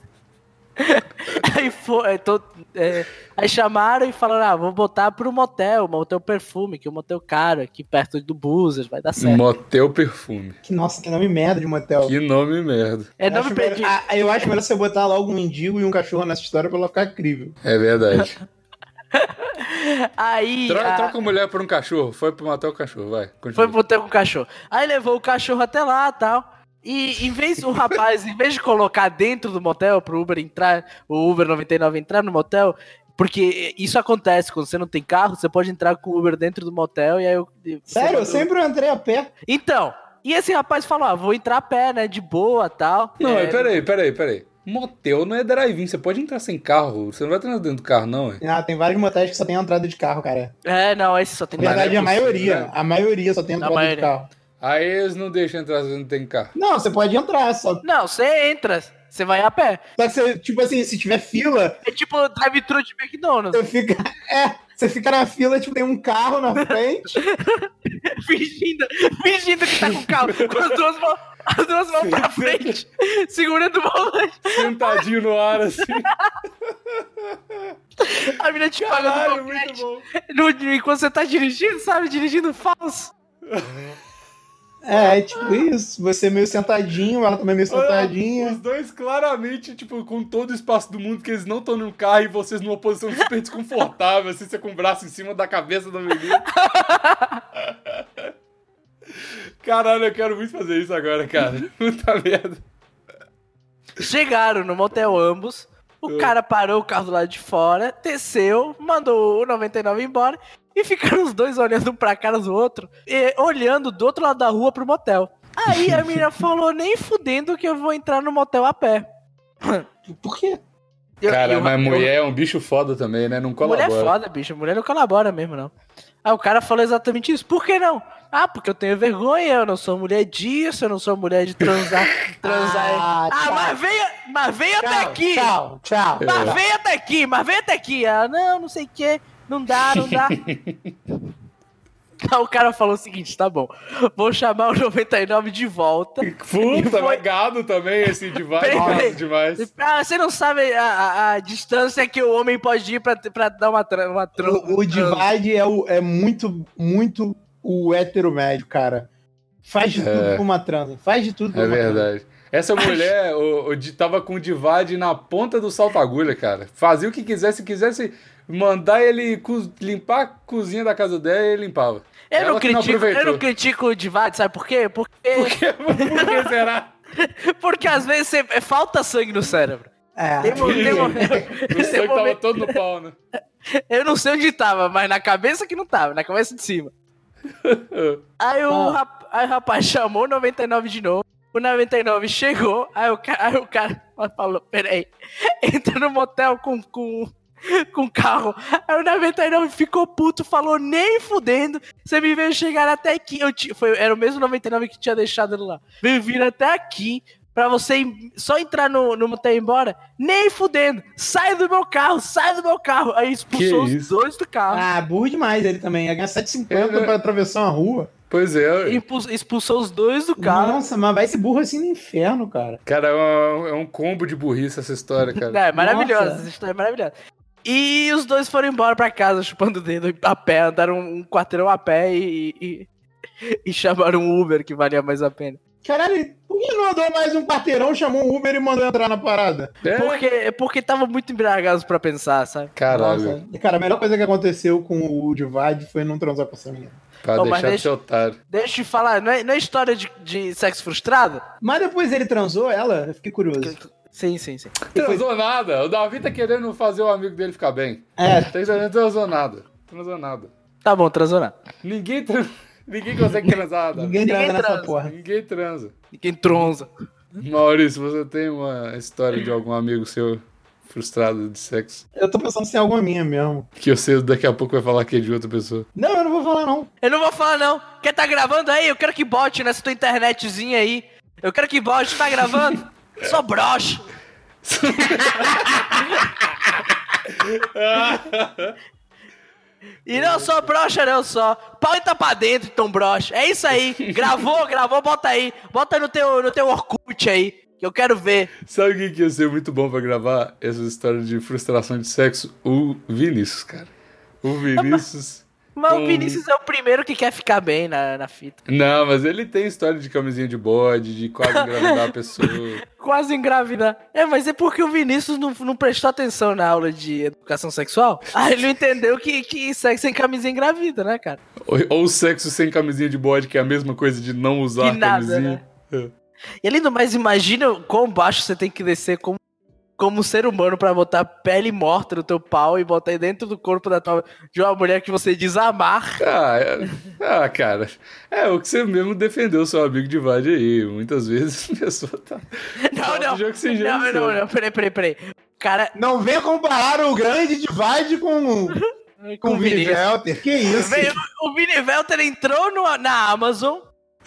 [SPEAKER 2] *laughs* aí foi, é, tô- é, aí chamaram e falaram, ah, vou botar pro motel, motel perfume, que é um motel caro aqui perto do Búzios, vai dar certo.
[SPEAKER 1] Motel Perfume.
[SPEAKER 3] Que, nossa, que nome merda de motel.
[SPEAKER 1] Que nome merda.
[SPEAKER 2] é
[SPEAKER 3] Eu acho
[SPEAKER 2] nome
[SPEAKER 3] melhor-
[SPEAKER 2] perdido.
[SPEAKER 3] Ah, eu acho melhor você botar logo um mendigo e um cachorro nessa história pra ela ficar crível.
[SPEAKER 1] É verdade.
[SPEAKER 2] *laughs* Aí
[SPEAKER 1] Troca,
[SPEAKER 2] a-
[SPEAKER 1] troca a mulher por um cachorro. Foi pra matar o cachorro, vai.
[SPEAKER 2] foi
[SPEAKER 1] Continua.
[SPEAKER 2] pro motel com o cachorro. Aí levou o cachorro até lá tal. E em vez o rapaz, em vez de colocar dentro do motel pro Uber entrar, o Uber 99 entrar no motel, porque isso acontece quando você não tem carro, você pode entrar com o Uber dentro do motel e aí eu.
[SPEAKER 3] Sério, eu
[SPEAKER 2] você-
[SPEAKER 3] sempre entrei a pé.
[SPEAKER 2] Então, e esse rapaz falou: ah, vou entrar a pé, né? De boa tal.
[SPEAKER 1] Não,
[SPEAKER 2] é,
[SPEAKER 1] mas peraí, peraí, peraí. Motel não é drive-in, você pode entrar sem carro. Você não vai entrar dentro do carro, não, é?
[SPEAKER 3] Ah, tem vários motéis que só tem entrada de carro, cara.
[SPEAKER 2] É, não, esse só tem.
[SPEAKER 3] Na verdade,
[SPEAKER 1] não é
[SPEAKER 3] a
[SPEAKER 1] possível,
[SPEAKER 3] maioria.
[SPEAKER 1] né?
[SPEAKER 3] A maioria só tem
[SPEAKER 2] Na
[SPEAKER 3] entrada de
[SPEAKER 2] maioria.
[SPEAKER 3] carro.
[SPEAKER 1] Aí eles não deixam entrar se não tem carro.
[SPEAKER 3] Não, você pode entrar, só. só
[SPEAKER 2] Não, você entra, você vai a pé.
[SPEAKER 3] que você, tipo assim, se tiver fila,
[SPEAKER 2] É tipo o drive-thru de McDonald's.
[SPEAKER 3] você fica. *laughs* É, você fica na fila, tipo, tem um carro na frente.
[SPEAKER 2] *laughs* fingindo, fingindo que tá com calma, com as duas mãos, as duas mãos pra frente, segurando o volante.
[SPEAKER 1] Sentadinho no ar, assim.
[SPEAKER 2] A menina te paga
[SPEAKER 1] *laughs* Caralho,
[SPEAKER 2] no
[SPEAKER 1] muito
[SPEAKER 2] boquete.
[SPEAKER 1] bom.
[SPEAKER 2] No- Enquanto você tá dirigindo, sabe? Dirigindo falso.
[SPEAKER 3] É, é tipo isso. Você meio sentadinho, ela também meio
[SPEAKER 1] Os
[SPEAKER 3] sentadinha.
[SPEAKER 1] dois claramente, tipo, com todo o espaço do mundo, que eles não estão num carro e vocês numa posição super desconfortável, assim, você com o braço em cima da cabeça da menina. *laughs* Caralho, eu quero muito fazer isso agora,
[SPEAKER 2] Uhum.
[SPEAKER 1] cara. Puta merda.
[SPEAKER 2] Chegaram no motel ambos.
[SPEAKER 1] Ah.
[SPEAKER 2] O cara parou o carro do lado de fora, desceu, mandou o 99 embora e ficaram os dois olhando um pra cara do outro, e olhando do outro lado da rua pro motel. Aí a
[SPEAKER 1] *laughs*
[SPEAKER 2] menina falou: nem fudendo que eu vou entrar no motel a pé.
[SPEAKER 3] Por quê?
[SPEAKER 2] Eu-
[SPEAKER 1] Cara,
[SPEAKER 2] eu-
[SPEAKER 1] mas
[SPEAKER 2] eu-
[SPEAKER 1] mulher é um bicho foda também, né? Não colabora.
[SPEAKER 2] Mulher é foda, bicho. Mulher não colabora mesmo, não. Aí o cara falou exatamente isso. Por que não? Ah, porque eu tenho vergonha, eu não sou mulher disso, eu não sou mulher de transar.
[SPEAKER 3] *laughs*
[SPEAKER 2] transar.
[SPEAKER 3] Ah,
[SPEAKER 2] Ah,
[SPEAKER 3] tchau.
[SPEAKER 2] mas veio, mas veio até
[SPEAKER 3] Tchau,
[SPEAKER 2] aqui.
[SPEAKER 3] tchau, tchau.
[SPEAKER 1] É.
[SPEAKER 2] Mas veio até aqui, mas veio até aqui. Ah, não, não sei o quê. Não dá, não
[SPEAKER 3] *laughs*
[SPEAKER 2] dá. Aí o cara falou o seguinte, tá bom. Vou chamar o 99 de
[SPEAKER 3] *laughs*
[SPEAKER 2] volta.
[SPEAKER 1] Puta,
[SPEAKER 2] Foi-
[SPEAKER 1] mas gado também, assim, esse
[SPEAKER 2] *laughs*
[SPEAKER 1] demais.
[SPEAKER 2] Peraí,
[SPEAKER 1] Nossa,
[SPEAKER 2] peraí.
[SPEAKER 1] demais.
[SPEAKER 2] Ah, você não sabe a, a- a distância que o homem pode ir pra, pra dar uma, tra- uma tran-
[SPEAKER 3] O, o
[SPEAKER 2] transa.
[SPEAKER 3] Divide é, o- é muito, muito o hétero médio, cara. Faz de
[SPEAKER 1] É.
[SPEAKER 3] tudo pra uma transa. Faz de tudo pra
[SPEAKER 1] É
[SPEAKER 3] uma transa.
[SPEAKER 1] verdade. Essa mulher o, o di- tava com o Divade na ponta do salto-agulha, cara. Fazia o que quisesse, quisesse mandar ele cu- limpar a cozinha da casa dela, ele limpava.
[SPEAKER 2] Eu
[SPEAKER 1] Ela
[SPEAKER 2] não,
[SPEAKER 1] que não
[SPEAKER 2] critico, eu
[SPEAKER 1] aproveitou.
[SPEAKER 2] não critico o Divad, sabe por quê?
[SPEAKER 1] *laughs* Por
[SPEAKER 2] Porque,
[SPEAKER 1] que, por que será?
[SPEAKER 2] *laughs* porque às vezes você- é, falta sangue no cérebro.
[SPEAKER 3] É.
[SPEAKER 2] Tem, mo- tem,
[SPEAKER 1] *laughs*
[SPEAKER 2] mo-
[SPEAKER 1] O
[SPEAKER 2] tem
[SPEAKER 1] sangue tava
[SPEAKER 2] momento-
[SPEAKER 1] todo no pau, né?
[SPEAKER 2] Eu não sei onde tava, mas na cabeça que não tava, na cabeça de cima.
[SPEAKER 1] É.
[SPEAKER 2] Aí o,
[SPEAKER 3] Ah.
[SPEAKER 2] rap- aí o rapaz chamou o 99 de novo. O 99 chegou, aí o, ca- aí o cara falou: Peraí, *laughs* entra no motel com, com, com carro. Aí o 99 ficou puto, falou: Nem fudendo, você me veio chegar até aqui. Eu ti- foi, era o mesmo 99 que tinha deixado ele lá. Veio vir até aqui pra você em- só entrar no, no motel e ir embora. Nem fudendo, sai do meu carro, sai do meu carro. Aí expulsou
[SPEAKER 1] Que
[SPEAKER 2] os
[SPEAKER 1] isso?
[SPEAKER 2] dois do carro.
[SPEAKER 3] Ah, burro demais ele também. Ia ganhar 7,50
[SPEAKER 1] Ele- é-
[SPEAKER 3] pra atravessar uma rua.
[SPEAKER 1] Pois é.
[SPEAKER 2] Impul- Expulsou os dois do carro.
[SPEAKER 3] Nossa, mas vai esse burro assim no inferno, cara.
[SPEAKER 1] Cara, é um, é um combo de burrice essa história, cara.
[SPEAKER 2] É, maravilhosa,
[SPEAKER 3] Nossa.
[SPEAKER 2] essa história é maravilhosa. E os dois foram embora pra casa, chupando o dedo a pé, andaram um quarteirão a pé e, e, e chamaram um Uber, que valia mais a pena.
[SPEAKER 3] Caralho, por que não andou mais um quarteirão, chamou um Uber e mandou entrar na parada?
[SPEAKER 1] É,
[SPEAKER 2] Porque, porque tava muito embriagados pra pensar, sabe?
[SPEAKER 1] Caralho,
[SPEAKER 3] Nossa, cara, a melhor coisa que aconteceu com o Divide foi não transar com essa menina.
[SPEAKER 1] pra
[SPEAKER 2] Ô,
[SPEAKER 1] deixar
[SPEAKER 2] mas
[SPEAKER 1] de
[SPEAKER 2] deixa-
[SPEAKER 1] ser otário.
[SPEAKER 2] Deixa eu te falar, não é, não é história de, de sexo frustrado?
[SPEAKER 3] Mas depois ele transou ela, eu fiquei curioso.
[SPEAKER 2] Sim, sim, sim.
[SPEAKER 1] Transou nada. O Davi tá querendo fazer o amigo dele ficar bem.
[SPEAKER 3] É,
[SPEAKER 1] Tá entendendo? Transou nada. Transou nada.
[SPEAKER 2] Tá bom, transonar.
[SPEAKER 1] Ninguém, tra- *laughs* ninguém consegue transar, Davi.
[SPEAKER 3] ninguém transa
[SPEAKER 2] Ninguém
[SPEAKER 3] nessa
[SPEAKER 2] transa.
[SPEAKER 3] porra.
[SPEAKER 1] Ninguém transa.
[SPEAKER 2] Quem tronza.
[SPEAKER 1] Maurício, você tem uma história de algum amigo seu frustrado de sexo?
[SPEAKER 3] Eu tô pensando se é alguma minha mesmo.
[SPEAKER 1] Que eu sei daqui a pouco vai falar que é de outra pessoa.
[SPEAKER 3] Não, eu não vou falar não.
[SPEAKER 2] Eu não vou falar, não. Quer tá gravando aí? Eu quero que bote nessa tua internetzinha aí. Eu quero que bote, tá gravando? Sou broche. E não só brocha, não só. Pau e tá pra dentro, então brocha. É isso aí. Gravou, gravou, bota aí. Bota no teu, no teu Orkut aí, que eu quero ver.
[SPEAKER 1] Sabe o que, que ia ser muito bom pra gravar? Essas histórias de frustração de sexo? O Vinícius, cara. O Vinícius.
[SPEAKER 2] Mas
[SPEAKER 1] Hum.
[SPEAKER 2] o Vinícius é o primeiro que quer ficar bem na, na fita.
[SPEAKER 1] Não, mas ele tem história de camisinha de bode, de quase engravidar a pessoa.
[SPEAKER 2] *laughs* Quase engravidar. É, mas é porque o Vinícius não, não prestou atenção na aula de educação sexual. Aí ele não entendeu que, que sexo sem camisinha engravida, né, cara?
[SPEAKER 1] Ou, ou sexo sem camisinha de bode, que é a mesma coisa de não usar
[SPEAKER 2] Que nada, né?
[SPEAKER 1] camisinha.
[SPEAKER 2] E além do mais, imagina o quão baixo você tem que descer como, como um ser humano pra botar pele morta no teu pau e botar aí dentro do corpo da tua, de uma mulher que você diz amar.
[SPEAKER 1] Ah, é- ah, cara. É o que você mesmo defendeu seu amigo de vade aí. Muitas vezes a pessoa tá.
[SPEAKER 2] Não,
[SPEAKER 1] Falta
[SPEAKER 2] não.
[SPEAKER 1] de oxigênio,
[SPEAKER 2] Não, não,
[SPEAKER 1] senhor.
[SPEAKER 2] não. Peraí, peraí, peraí. O Cara,
[SPEAKER 3] Não venha comparar o grande Divide com, com o Vini
[SPEAKER 2] Vinícius.
[SPEAKER 3] Velter.
[SPEAKER 2] *laughs*
[SPEAKER 3] Que isso?
[SPEAKER 2] Veio- o Vini Velter entrou no- na Amazon,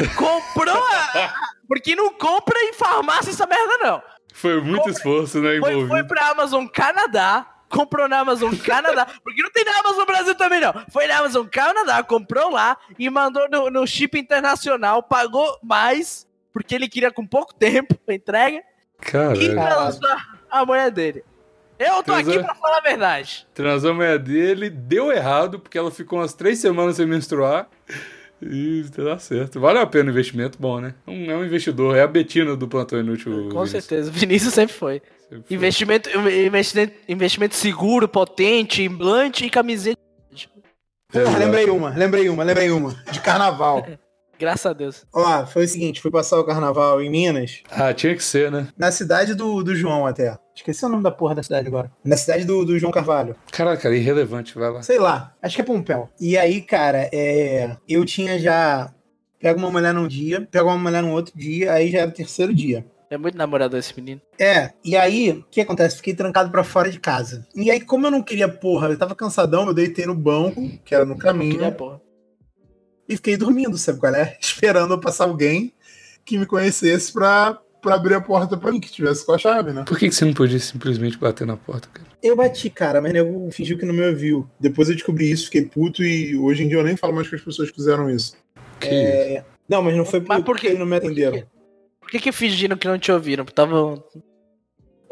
[SPEAKER 2] comprou a, a- Porque não compra em farmácia essa merda, não.
[SPEAKER 1] Foi muito
[SPEAKER 2] Compre-
[SPEAKER 1] esforço, né,
[SPEAKER 2] Foi,
[SPEAKER 1] envolvido.
[SPEAKER 2] foi pra Amazon Canadá. Comprou na Amazon Canadá, porque não tem na Amazon Brasil também não. Foi na Amazon Canadá, comprou lá e mandou no, no chip internacional, pagou mais, porque ele queria com pouco tempo a entrega, e
[SPEAKER 1] Caralho. é.
[SPEAKER 2] transou a mulher dele. Eu tô aqui
[SPEAKER 1] Transou.
[SPEAKER 2] pra falar a verdade.
[SPEAKER 1] Transou a mulher dele, deu errado, porque ela ficou umas três semanas sem menstruar. E dá certo. Vale a pena o investimento, bom, né? Um- é um investidor, é a Betina do Plantão Inútil.
[SPEAKER 2] Com
[SPEAKER 1] Vinícius.
[SPEAKER 2] certeza, Vinícius sempre foi.
[SPEAKER 1] Sempre foi.
[SPEAKER 2] Investimento, investimento, investimento seguro, potente, implante e camiseta.
[SPEAKER 3] Ah,
[SPEAKER 1] Exato.
[SPEAKER 3] lembrei uma, lembrei uma, lembrei uma. De carnaval.
[SPEAKER 2] Graças a Deus.
[SPEAKER 3] Ó, foi o seguinte, fui passar o carnaval em Minas,
[SPEAKER 1] Ah, tinha que ser, né?
[SPEAKER 3] na cidade do, do João até. Esqueci o nome da porra da cidade agora. Na cidade do, do João Carvalho.
[SPEAKER 1] Caraca, cara, irrelevante, vai lá.
[SPEAKER 3] Sei lá, acho que é Pompéu. E aí, cara, é, eu tinha já... Pego uma mulher num dia, pego uma mulher num outro dia, aí já era o terceiro dia.
[SPEAKER 2] É muito namorador esse menino.
[SPEAKER 3] É, e aí, o que acontece? Fiquei trancado pra fora de casa. E aí, como eu não queria, porra, eu tava cansadão, eu deitei no banco, que era no
[SPEAKER 2] Que
[SPEAKER 3] caminho,
[SPEAKER 2] da porra.
[SPEAKER 3] e fiquei dormindo, sabe qual é? *laughs* Esperando passar alguém que me conhecesse pra, pra abrir a porta pra mim, que tivesse com a chave, né?
[SPEAKER 1] Por que, que você não podia simplesmente bater na porta, cara?
[SPEAKER 3] Eu bati, cara, mas nego fingiu que não me ouviu. Depois eu descobri isso, fiquei puto e hoje em dia eu nem falo mais com as pessoas que fizeram isso.
[SPEAKER 1] Que
[SPEAKER 2] É.
[SPEAKER 1] isso?
[SPEAKER 3] É, Não, mas não foi
[SPEAKER 2] Mas por quê?
[SPEAKER 3] eles não me atenderam.
[SPEAKER 2] Por que, que fingiram que não te ouviram? Tavam.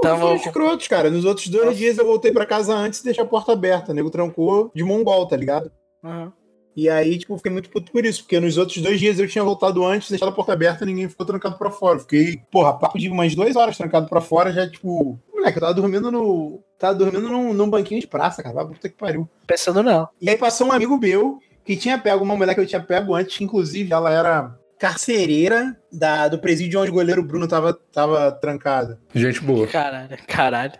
[SPEAKER 3] Tá
[SPEAKER 2] Tavam.
[SPEAKER 3] escrotos, cara. Nos outros dois dias eu voltei pra casa antes e deixei a porta aberta. O nego trancou de mongol, tá ligado?
[SPEAKER 2] Aham.
[SPEAKER 3] E aí, tipo, eu fiquei muito puto por isso, porque nos outros dois dias eu tinha voltado antes, deixado a porta aberta, ninguém ficou trancado pra fora. Eu Fiquei, porra, papo de umas duas horas trancado pra fora, já, tipo, moleque, eu tava dormindo no. Tava dormindo num, num banquinho de praça, cara. vai, Puta que pariu.
[SPEAKER 2] Pensando não.
[SPEAKER 3] E aí passou um amigo meu que tinha pego uma mulher que eu tinha pego antes, que inclusive ela era carcereira da, do presídio onde o goleiro Bruno tava, tava trancado.
[SPEAKER 1] Gente boa.
[SPEAKER 2] Caralho, caralho.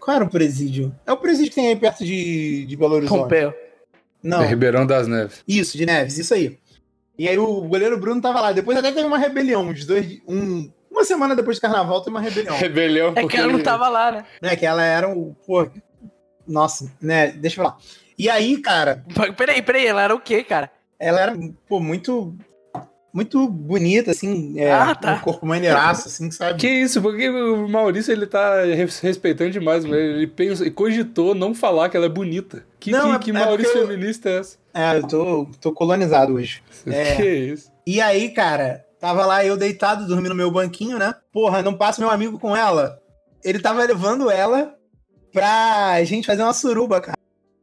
[SPEAKER 3] Qual era o presídio? É o presídio que tem aí perto de, de Belo Horizonte.
[SPEAKER 2] Pompeu.
[SPEAKER 1] É
[SPEAKER 3] Não.
[SPEAKER 1] Ribeirão das Neves.
[SPEAKER 3] Isso, de Neves, isso aí. E aí o goleiro Bruno tava lá. Depois até teve uma rebelião, uns dois. Um, uma semana depois do carnaval teve uma rebelião.
[SPEAKER 1] Rebelião.
[SPEAKER 2] É que
[SPEAKER 1] porque
[SPEAKER 2] ela não
[SPEAKER 1] ele-
[SPEAKER 2] tava lá, né?
[SPEAKER 3] né? Que ela era um. Pô, nossa, né? Deixa eu falar. E aí, cara,
[SPEAKER 2] Pô, Peraí, peraí, ela era o quê, cara?
[SPEAKER 3] ela era, pô, muito. Muito bonita, assim. É,
[SPEAKER 2] Ah, tá.
[SPEAKER 3] Um corpo maneiraço, assim, sabe?
[SPEAKER 1] Que isso, porque o Maurício ele tá res- respeitando demais, mas ele pensa, ele cogitou não falar que ela é bonita. Que,
[SPEAKER 3] Não,
[SPEAKER 1] que, que
[SPEAKER 3] é- é
[SPEAKER 1] Maurício
[SPEAKER 3] porque eu-
[SPEAKER 1] feminista é essa?
[SPEAKER 3] É, eu tô, tô colonizado hoje.
[SPEAKER 1] *laughs*
[SPEAKER 3] É.
[SPEAKER 1] Que isso?
[SPEAKER 3] E aí, cara, tava lá eu deitado, dormindo no meu banquinho, né? Porra, não passa meu amigo com ela. Ele tava levando ela pra gente fazer uma suruba, cara.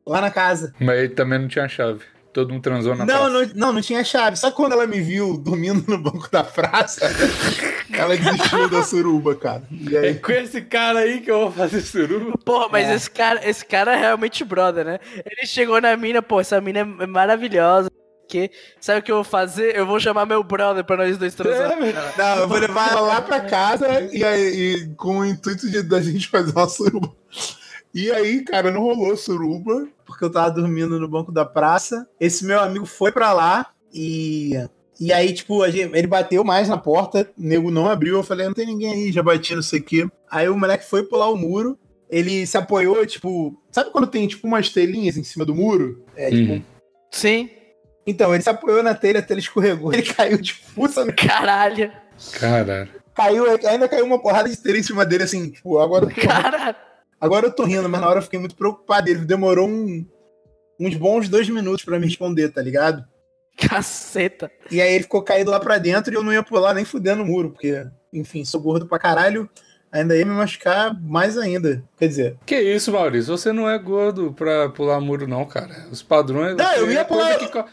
[SPEAKER 3] Lá na casa.
[SPEAKER 1] Mas ele também não tinha chave. Todo mundo transou na
[SPEAKER 3] Não,
[SPEAKER 1] praça.
[SPEAKER 3] não, não, não tinha chave. Só que quando ela me viu dormindo no banco da praça, *laughs*
[SPEAKER 4] Ela desistiu da suruba, cara. E
[SPEAKER 1] É
[SPEAKER 4] aí,
[SPEAKER 1] com esse cara aí que eu vou fazer suruba.
[SPEAKER 2] Porra, mas
[SPEAKER 3] É.
[SPEAKER 2] esse, cara, esse cara é realmente brother, né? Ele chegou na mina, pô, essa mina é maravilhosa. Que, sabe o que eu vou fazer? Eu vou chamar meu brother pra nós dois
[SPEAKER 3] É,
[SPEAKER 2] transar.
[SPEAKER 3] não, eu vou levar ela lá pra casa.
[SPEAKER 4] e aí e com o intuito de, da gente fazer uma suruba. E aí, cara, não rolou suruba.
[SPEAKER 3] Porque eu tava dormindo no banco da praça. Esse meu amigo foi pra lá e. E aí, tipo, a gente- ele bateu mais na porta, o nego não abriu. Eu falei, não tem ninguém aí, já bati, não sei o quê. Aí o moleque foi pular o muro, ele se apoiou, tipo. Sabe quando tem, tipo, umas telinhas em cima do muro? É, tipo.
[SPEAKER 1] Uhum.
[SPEAKER 2] Sim,
[SPEAKER 3] Então, ele se apoiou na telha, a telha escorregou, *laughs* ele caiu de fuça no
[SPEAKER 2] caralho,
[SPEAKER 1] Caralho.
[SPEAKER 3] Caiu, ainda caiu uma porrada de telha em cima dele, assim, tipo, agora,
[SPEAKER 2] caralho.
[SPEAKER 3] agora eu tô rindo, mas na hora eu fiquei muito preocupado. Ele demorou um- uns bons dois minutos pra me responder, tá ligado?
[SPEAKER 2] Caceta.
[SPEAKER 3] E aí ele ficou caído lá pra dentro e eu não ia pular nem fudendo o muro, porque, enfim, sou gordo pra caralho, ainda ia me machucar mais ainda. Quer dizer,
[SPEAKER 1] Que isso, Maurício? Você não é gordo pra pular muro, não, cara. Os padrões.
[SPEAKER 3] Não, eu
[SPEAKER 1] é
[SPEAKER 3] ia
[SPEAKER 1] coisa
[SPEAKER 3] pular-
[SPEAKER 1] Que, co-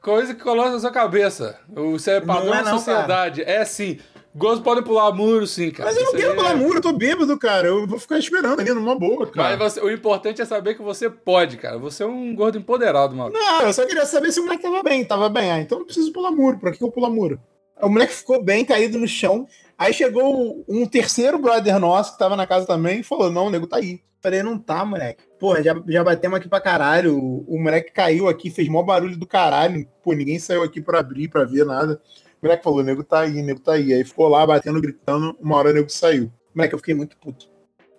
[SPEAKER 1] coisa que coloca na sua cabeça. Isso é padrão
[SPEAKER 3] Não é
[SPEAKER 1] da
[SPEAKER 3] não,
[SPEAKER 1] sociedade. É sim. Gordos podem pular muro, sim, cara.
[SPEAKER 4] Mas eu não
[SPEAKER 1] Isso aí
[SPEAKER 4] quero
[SPEAKER 1] é-
[SPEAKER 4] pular muro, eu tô bêbado, cara. Eu vou ficar esperando ali numa boa, cara.
[SPEAKER 1] Mas você- o importante é saber que você pode, cara. Você é um gordo empoderado, Maurício.
[SPEAKER 4] Ah, eu só queria saber se o moleque tava bem. Tava bem, ah, então eu preciso pular muro. Pra que eu pular muro?
[SPEAKER 3] o moleque ficou bem caído no chão. Aí chegou um terceiro brother nosso que tava na casa também e falou: Não, o nego tá aí. Falei, não tá, moleque. Porra, já, já batemos aqui pra caralho. O, o moleque caiu aqui, fez mó barulho do caralho.
[SPEAKER 4] Pô, ninguém saiu aqui pra abrir, pra ver nada. O moleque falou, nego tá aí, nego tá aí. Aí ficou lá batendo, gritando, uma hora o nego saiu.
[SPEAKER 3] Moleque, eu fiquei muito puto.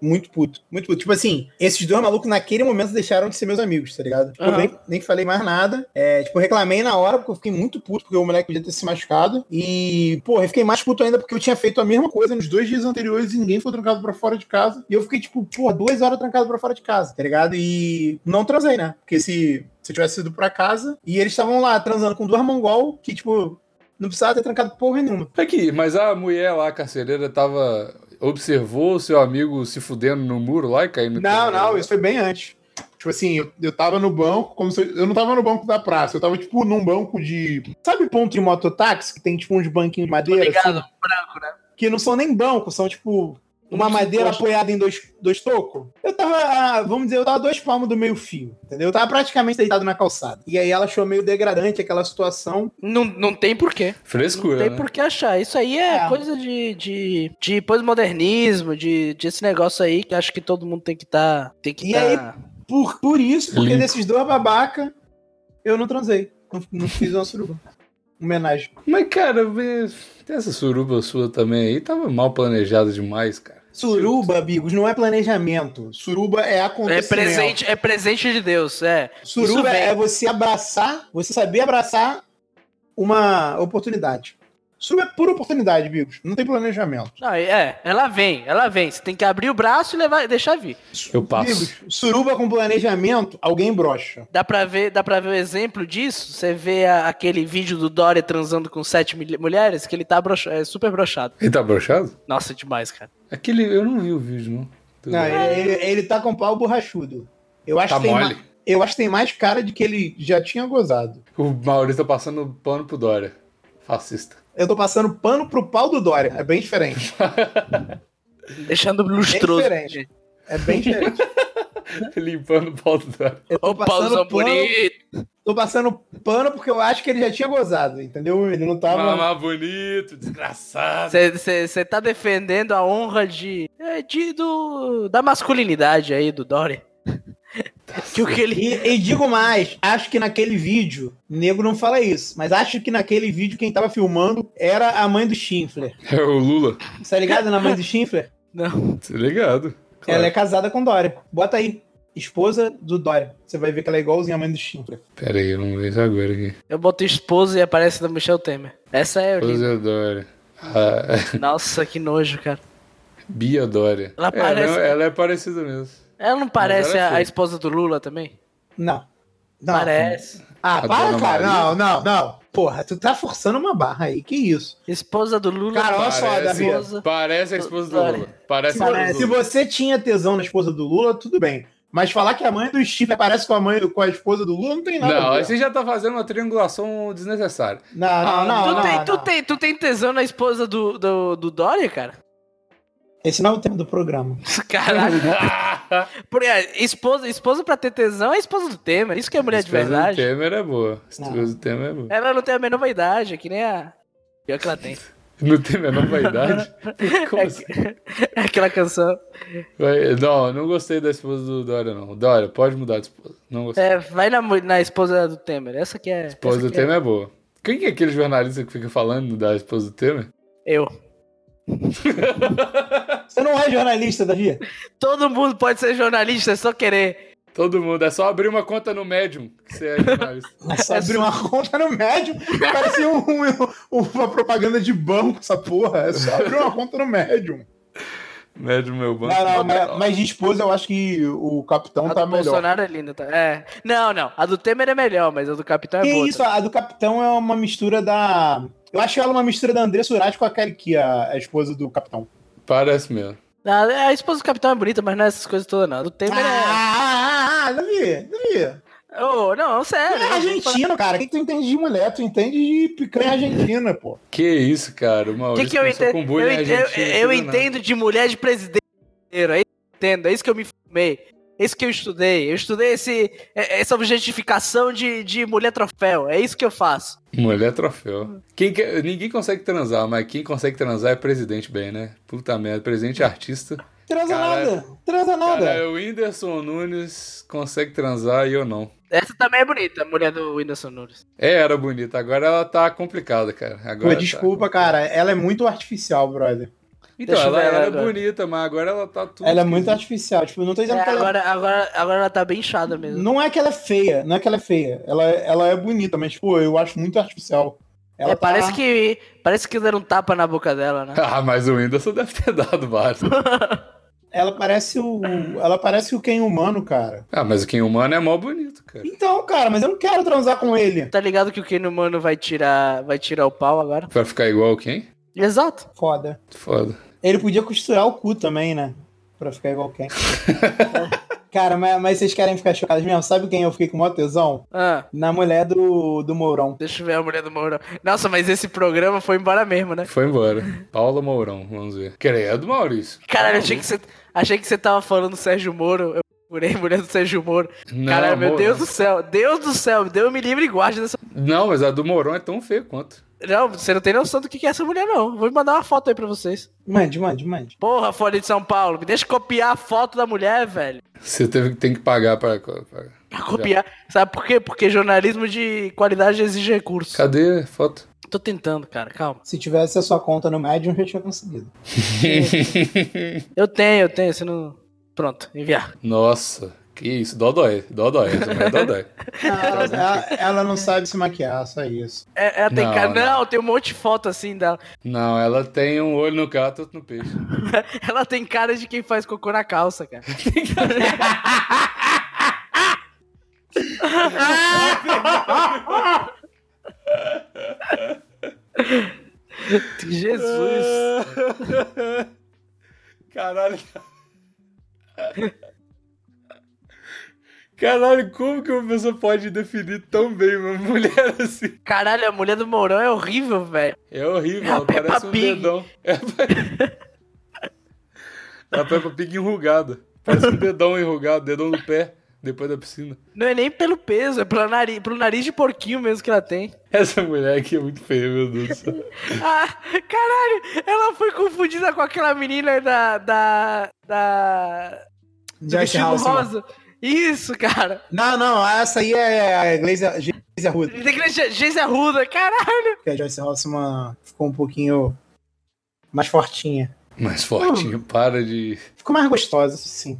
[SPEAKER 3] Muito puto, muito puto. Tipo assim, esses dois malucos naquele momento deixaram de ser meus amigos, tá ligado? Tipo, eu
[SPEAKER 2] Aham.
[SPEAKER 3] nem, nem falei mais nada. É, tipo, eu reclamei na hora porque eu fiquei muito puto, porque o moleque podia ter se machucado. E, porra, eu fiquei mais puto ainda porque eu tinha feito a mesma coisa nos dois dias anteriores e ninguém foi trancado pra fora de casa. E eu fiquei, tipo, porra, duas horas trancado pra fora de casa, tá ligado? E não transei, né? Porque se, se eu tivesse ido pra casa e eles estavam lá transando com duas mongol que, tipo, não precisava ter trancado porra nenhuma.
[SPEAKER 1] Aqui, É mas a mulher lá, a carcereira, tava. Observou o seu amigo se fudendo no muro lá e caindo.
[SPEAKER 4] Não, não, isso foi bem antes. Tipo assim, eu, eu tava no banco, como se eu, eu não tava no banco da praça, eu tava tipo num banco de.
[SPEAKER 3] Sabe ponto de mototáxi que tem, tipo, uns banquinhos de madeira? assim?
[SPEAKER 2] Obrigado, branco, né?
[SPEAKER 3] que não são nem bancos, são tipo uma
[SPEAKER 2] Muito
[SPEAKER 3] madeira
[SPEAKER 2] encosto.
[SPEAKER 3] apoiada em dois, dois tocos. Eu tava, ah, vamos dizer, eu tava dois palmos do meio fio, entendeu? Eu tava praticamente deitado na calçada. E aí ela achou meio degradante aquela situação.
[SPEAKER 2] Não, não tem porquê. Não
[SPEAKER 1] Frescura.
[SPEAKER 2] tem
[SPEAKER 1] né?
[SPEAKER 2] por que achar. Isso aí é,
[SPEAKER 3] É.
[SPEAKER 2] coisa de, de, de pós-modernismo, de, de esse negócio aí que acho que todo mundo tem que tá, tem que
[SPEAKER 3] E
[SPEAKER 2] tá...
[SPEAKER 3] aí, Por, por isso, porque
[SPEAKER 1] Limpo.
[SPEAKER 3] desses dois babaca, eu não transei. Não, não fiz uma suruba. Homenagem.
[SPEAKER 1] Mas, cara, vê- essa suruba sua também aí tava mal planejada demais, cara.
[SPEAKER 3] Suruba, amigos, não é planejamento. Suruba é
[SPEAKER 2] É
[SPEAKER 3] acontecimento.
[SPEAKER 2] presente, é presente de Deus, é. Isso
[SPEAKER 3] Suruba
[SPEAKER 2] vem.
[SPEAKER 3] é você abraçar, você saber abraçar uma oportunidade. Suruba é pura oportunidade, amigos. Não tem planejamento.
[SPEAKER 2] Não, é, ela vem, ela vem. Você tem que abrir o braço e levar, deixar vir.
[SPEAKER 1] Eu passo.
[SPEAKER 3] Amigos, suruba com planejamento, alguém brocha.
[SPEAKER 2] Dá pra ver, dá pra ver o exemplo disso? Você vê a- aquele vídeo do Dória transando com sete mil- mulheres, que ele tá broxa- é, super brochado.
[SPEAKER 1] Ele tá brochado?
[SPEAKER 2] Nossa, demais, cara.
[SPEAKER 1] Aquele. Eu não vi o vídeo, não. Tudo
[SPEAKER 3] Não,
[SPEAKER 1] bem.
[SPEAKER 3] ele, ele- ele tá com pau borrachudo. Eu acho
[SPEAKER 1] tá
[SPEAKER 3] que tem
[SPEAKER 1] mole.
[SPEAKER 3] ma- eu acho que tem mais cara de que ele já tinha gozado.
[SPEAKER 1] O Maurício tá passando pano pro Dória. Fascista. *laughs*
[SPEAKER 3] Eu tô passando pano pro pau do Dória. É bem diferente.
[SPEAKER 2] Deixando lustroso.
[SPEAKER 3] É diferente. É bem diferente.
[SPEAKER 1] Limpando o pau do Dória.
[SPEAKER 3] Eu tô
[SPEAKER 2] Ô, pauzão
[SPEAKER 3] passando pano,
[SPEAKER 2] bonito.
[SPEAKER 3] tô passando pano porque eu acho que ele já tinha gozado, entendeu? Ele não
[SPEAKER 4] Tá
[SPEAKER 3] tava.
[SPEAKER 1] Mamá bonito, desgraçado.
[SPEAKER 2] Você tá defendendo a honra de, é, de- do, da masculinidade aí do Dória. *laughs* que o que ele.
[SPEAKER 3] E, e digo mais, acho que naquele vídeo, nego não fala isso, mas acho que naquele vídeo quem tava filmando era a mãe do Schimpfler.
[SPEAKER 1] É o Lula.
[SPEAKER 3] Tá ligado na mãe
[SPEAKER 2] *laughs*
[SPEAKER 3] do Schimpfler?
[SPEAKER 2] Não.
[SPEAKER 1] Tá ligado? Claro.
[SPEAKER 3] Ela é casada com Dória. Bota aí. Esposa do Dória. Você vai ver que ela é igualzinha a mãe do Schimpfler.
[SPEAKER 1] Pera aí, eu não vi isso agora aqui.
[SPEAKER 2] Eu boto esposa e aparece da Michel Temer. Essa é. linda.
[SPEAKER 1] Pose Dória. Ah, *laughs*
[SPEAKER 2] Nossa, que nojo, cara.
[SPEAKER 1] Bia Dória.
[SPEAKER 2] Ela
[SPEAKER 1] É,
[SPEAKER 2] parece-
[SPEAKER 1] não, ela é parecida mesmo.
[SPEAKER 2] Ela não parece
[SPEAKER 1] ela é
[SPEAKER 2] a, a
[SPEAKER 1] feia.
[SPEAKER 2] esposa do Lula também?
[SPEAKER 3] Não. Não.
[SPEAKER 2] Parece.
[SPEAKER 3] Ah,
[SPEAKER 1] A
[SPEAKER 3] para,
[SPEAKER 1] dona
[SPEAKER 3] cara.
[SPEAKER 1] Maria?
[SPEAKER 3] Não, não, não. Porra, tu tá forçando uma barra aí. Que isso?
[SPEAKER 2] Esposa do Lula.
[SPEAKER 3] Cara, olha só,
[SPEAKER 1] Parece,
[SPEAKER 2] Davi.
[SPEAKER 1] parece a esposa do Lula. Parece
[SPEAKER 2] é
[SPEAKER 1] a esposa
[SPEAKER 3] Se
[SPEAKER 1] do Lula.
[SPEAKER 3] você tinha tesão na esposa do Lula, tudo bem. Mas falar que a mãe do Schimpfler parece com a mãe com a esposa do Lula não tem nada.
[SPEAKER 1] Não,
[SPEAKER 3] a
[SPEAKER 1] aí
[SPEAKER 3] ver.
[SPEAKER 1] você já tá fazendo uma triangulação
[SPEAKER 2] *laughs*
[SPEAKER 1] desnecessária.
[SPEAKER 3] não, não, Ah, não,
[SPEAKER 2] Ah, tu,
[SPEAKER 3] não,
[SPEAKER 2] tem, tu,
[SPEAKER 3] não.
[SPEAKER 2] Tem, tu tem tesão na esposa do, do, do Dória,
[SPEAKER 1] *laughs*
[SPEAKER 2] cara?
[SPEAKER 3] Esse não é o tema do programa.
[SPEAKER 2] Caralho. Porque a esposa, esposa pra ter tesão é a esposa do Temer. Isso que é mulher de
[SPEAKER 1] Esposa do
[SPEAKER 2] verdade.
[SPEAKER 1] Temer é boa. Esposa
[SPEAKER 3] Não.
[SPEAKER 1] do Temer é boa.
[SPEAKER 2] Ela não tem a menor vaidade, que nem a. Pior que ela tem. *laughs*
[SPEAKER 1] Não tem a menor vaidade? Como assim?
[SPEAKER 2] É Aquela canção.
[SPEAKER 1] Vai- Não, não gostei da esposa do Dória, não. Dória, pode mudar de esposa. Não gostei.
[SPEAKER 2] É, vai na, mu- na esposa do Temer. Essa que é.
[SPEAKER 1] esposa
[SPEAKER 2] essa
[SPEAKER 1] do
[SPEAKER 2] que é-
[SPEAKER 1] Temer é boa. Quem que é aquele jornalista que fica falando da esposa do Temer?
[SPEAKER 2] Eu.
[SPEAKER 3] Você não é jornalista, Davi.
[SPEAKER 2] Todo mundo pode ser jornalista, é só querer.
[SPEAKER 1] Todo mundo, é só abrir uma conta no Medium que você é jornalista.
[SPEAKER 3] Mas só abrir uma conta no médium. Parecia um- um- uma propaganda de banco, essa porra. É só abrir uma conta no médium.
[SPEAKER 1] *laughs* Medium, meu banco.
[SPEAKER 3] Não, não, mas, mas de esposa eu acho que o capitão
[SPEAKER 2] a
[SPEAKER 3] tá
[SPEAKER 2] do
[SPEAKER 3] melhor.
[SPEAKER 2] Bolsonaro é linda, tá? É. Não, não. A do Temer é melhor, mas a do Capitão é
[SPEAKER 3] Que
[SPEAKER 2] boa.
[SPEAKER 3] isso,
[SPEAKER 2] tá?
[SPEAKER 3] a do Capitão é uma mistura da. Eu acho ela uma mistura da Andressa Urati com a Kelly Ki, a, a esposa do Capitão.
[SPEAKER 1] Parece mesmo.
[SPEAKER 2] A, a esposa do Capitão é bonita, mas não é essas coisas todas, não. A do Temer
[SPEAKER 3] Ah, ah, ah, Davi, Davi.
[SPEAKER 2] é. Oh, não,
[SPEAKER 3] Tu
[SPEAKER 2] sério.
[SPEAKER 3] Ah! é argentino, cara. O que tu entende de mulher? Tu entende de picanha argentina, pô.
[SPEAKER 1] Que isso, cara? O
[SPEAKER 2] O que,
[SPEAKER 1] Maurício
[SPEAKER 2] que eu
[SPEAKER 1] começou
[SPEAKER 2] entendo?
[SPEAKER 1] com
[SPEAKER 2] Eu,
[SPEAKER 1] bullying
[SPEAKER 2] ente- eu-
[SPEAKER 1] argentino,
[SPEAKER 2] eu
[SPEAKER 1] tudo
[SPEAKER 2] entendo de mulher de presidente. É isso que eu entendo, é isso que eu me formei. É isso que eu estudei. Eu estudei esse, é- essa objetificação de, de mulher troféu. É isso que eu faço.
[SPEAKER 1] nada. Mulher é troféu. Quem quer- Ninguém consegue transar, mas quem consegue transar é presidente bem, né? Puta merda, presidente é artista.
[SPEAKER 3] Transa
[SPEAKER 1] Cara,
[SPEAKER 3] nada. Transa nada.
[SPEAKER 1] Cara, o Whindersson Nunes consegue transar e eu não.
[SPEAKER 2] Essa também é bonita, a mulher do Whindersson Nunes.
[SPEAKER 1] É, era bonita, agora ela tá complicada, cara.
[SPEAKER 3] Pô,
[SPEAKER 1] Agora tá-
[SPEAKER 3] desculpa, cara. Ela é muito artificial, brother.
[SPEAKER 1] Então,
[SPEAKER 2] Deixa eu
[SPEAKER 1] ela
[SPEAKER 2] ver ela
[SPEAKER 1] era
[SPEAKER 2] agora.
[SPEAKER 1] bonita, mas agora ela tá tudo.
[SPEAKER 3] Ela é muito
[SPEAKER 1] esquisito.
[SPEAKER 3] artificial. Tipo, não tô
[SPEAKER 2] É,
[SPEAKER 3] dizendo que ela é
[SPEAKER 2] agora, agora, agora ela tá bem inchada mesmo.
[SPEAKER 3] Não é que ela é feia, não é que ela é feia. Ela, ela é bonita, mas, pô, eu acho muito artificial. Ela
[SPEAKER 2] É,
[SPEAKER 3] tá-
[SPEAKER 2] parece, que, parece que deram um tapa na boca dela, né?
[SPEAKER 1] Ah, mas o Whindersson deve ter dado vários.
[SPEAKER 3] Ela parece o. Ela parece o Ken humano, cara.
[SPEAKER 1] ah, mas o Ken Humano é mó bonito, cara.
[SPEAKER 3] Então, cara, mas eu não quero transar com ele.
[SPEAKER 2] Tá ligado que o Ken Humano vai tirar, vai tirar o pau agora?
[SPEAKER 1] Pra ficar igual o Ken?
[SPEAKER 2] Exato.
[SPEAKER 3] Foda.
[SPEAKER 1] Foda.
[SPEAKER 3] Ele podia costurar o cu também, né? Pra ficar igual
[SPEAKER 2] *laughs*
[SPEAKER 3] quem. cara, mas, mas vocês querem ficar chocados mesmo? Sabe quem eu fiquei com o maior tesão?
[SPEAKER 2] Ah,
[SPEAKER 3] Na mulher do, do Mourão.
[SPEAKER 2] deixa eu ver a mulher do Mourão. Nossa, mas esse programa foi embora mesmo, né?
[SPEAKER 1] Foi embora. Paula Mourão, vamos ver. Credo, Maurício.
[SPEAKER 2] Caralho, achei que você, achei que você tava falando do Sérgio Moro. Eu procurei a mulher do Sérgio Moro.
[SPEAKER 1] Não,
[SPEAKER 2] Caralho, meu
[SPEAKER 1] Mourão.
[SPEAKER 2] Deus do céu. Deus do céu. Deus me livre e guarde dessa...
[SPEAKER 1] Não, mas a do Mourão é tão feia quanto.
[SPEAKER 2] Não, você não tem noção do que que é essa mulher, não. Vou mandar uma foto aí pra vocês.
[SPEAKER 3] Mande, mande, mande.
[SPEAKER 2] Porra, Folha de São Paulo. Me deixa copiar a foto da mulher, velho.
[SPEAKER 1] Você teve, tem que pagar pra. pra-
[SPEAKER 2] Pra copiar. Sabe por quê? Porque jornalismo de qualidade exige recursos.
[SPEAKER 1] Cadê a foto?
[SPEAKER 2] Tô tentando, cara, calma.
[SPEAKER 3] Se tivesse a sua conta no Medium, eu já tinha conseguido.
[SPEAKER 2] Eu tenho, eu tenho, você não. Pronto, enviar.
[SPEAKER 1] Nossa, que isso. Dodói. Dói. Essa mulher é *laughs* dodói.
[SPEAKER 3] Ela, ela- é, ela não sabe se maquiar, só isso.
[SPEAKER 2] É, ela tem
[SPEAKER 1] Não,
[SPEAKER 2] cara. Não.
[SPEAKER 1] não.
[SPEAKER 2] tem um monte de foto assim dela.
[SPEAKER 1] Não, ela tem um olho no gato, outro no peixe.
[SPEAKER 2] *laughs* Ela tem cara de quem faz cocô na calça, cara. Jesus.
[SPEAKER 1] Caralho. Caralho, como que uma pessoa pode definir tão bem uma mulher assim?
[SPEAKER 2] Caralho, a mulher do Mourão é horrível, velho.
[SPEAKER 1] É horrível,
[SPEAKER 2] É a
[SPEAKER 1] ela parece
[SPEAKER 2] Peppa
[SPEAKER 1] um
[SPEAKER 2] Pig.
[SPEAKER 1] dedão. É a Pe- *laughs* a Peppa Pig enrugada. Parece um dedão enrugado, dedão no pé, depois da piscina.
[SPEAKER 2] Não é nem pelo peso, é pelo nariz, pelo nariz de porquinho mesmo que ela tem.
[SPEAKER 1] Essa mulher aqui é muito feia, meu Deus do céu.
[SPEAKER 2] Ah, caralho, ela foi confundida com aquela menina da. da. da. do
[SPEAKER 3] Jack
[SPEAKER 2] vestido
[SPEAKER 3] House.
[SPEAKER 2] rosa. Isso, cara.
[SPEAKER 3] Não, não, essa aí é a Glazer Glazer Ruda.
[SPEAKER 2] Da igreja Geise Arruda, caralho.
[SPEAKER 3] que a Joyce Rossman ficou um pouquinho mais fortinha.
[SPEAKER 1] Mas fortinho, para de.
[SPEAKER 3] Ficou mais gostosa, sim.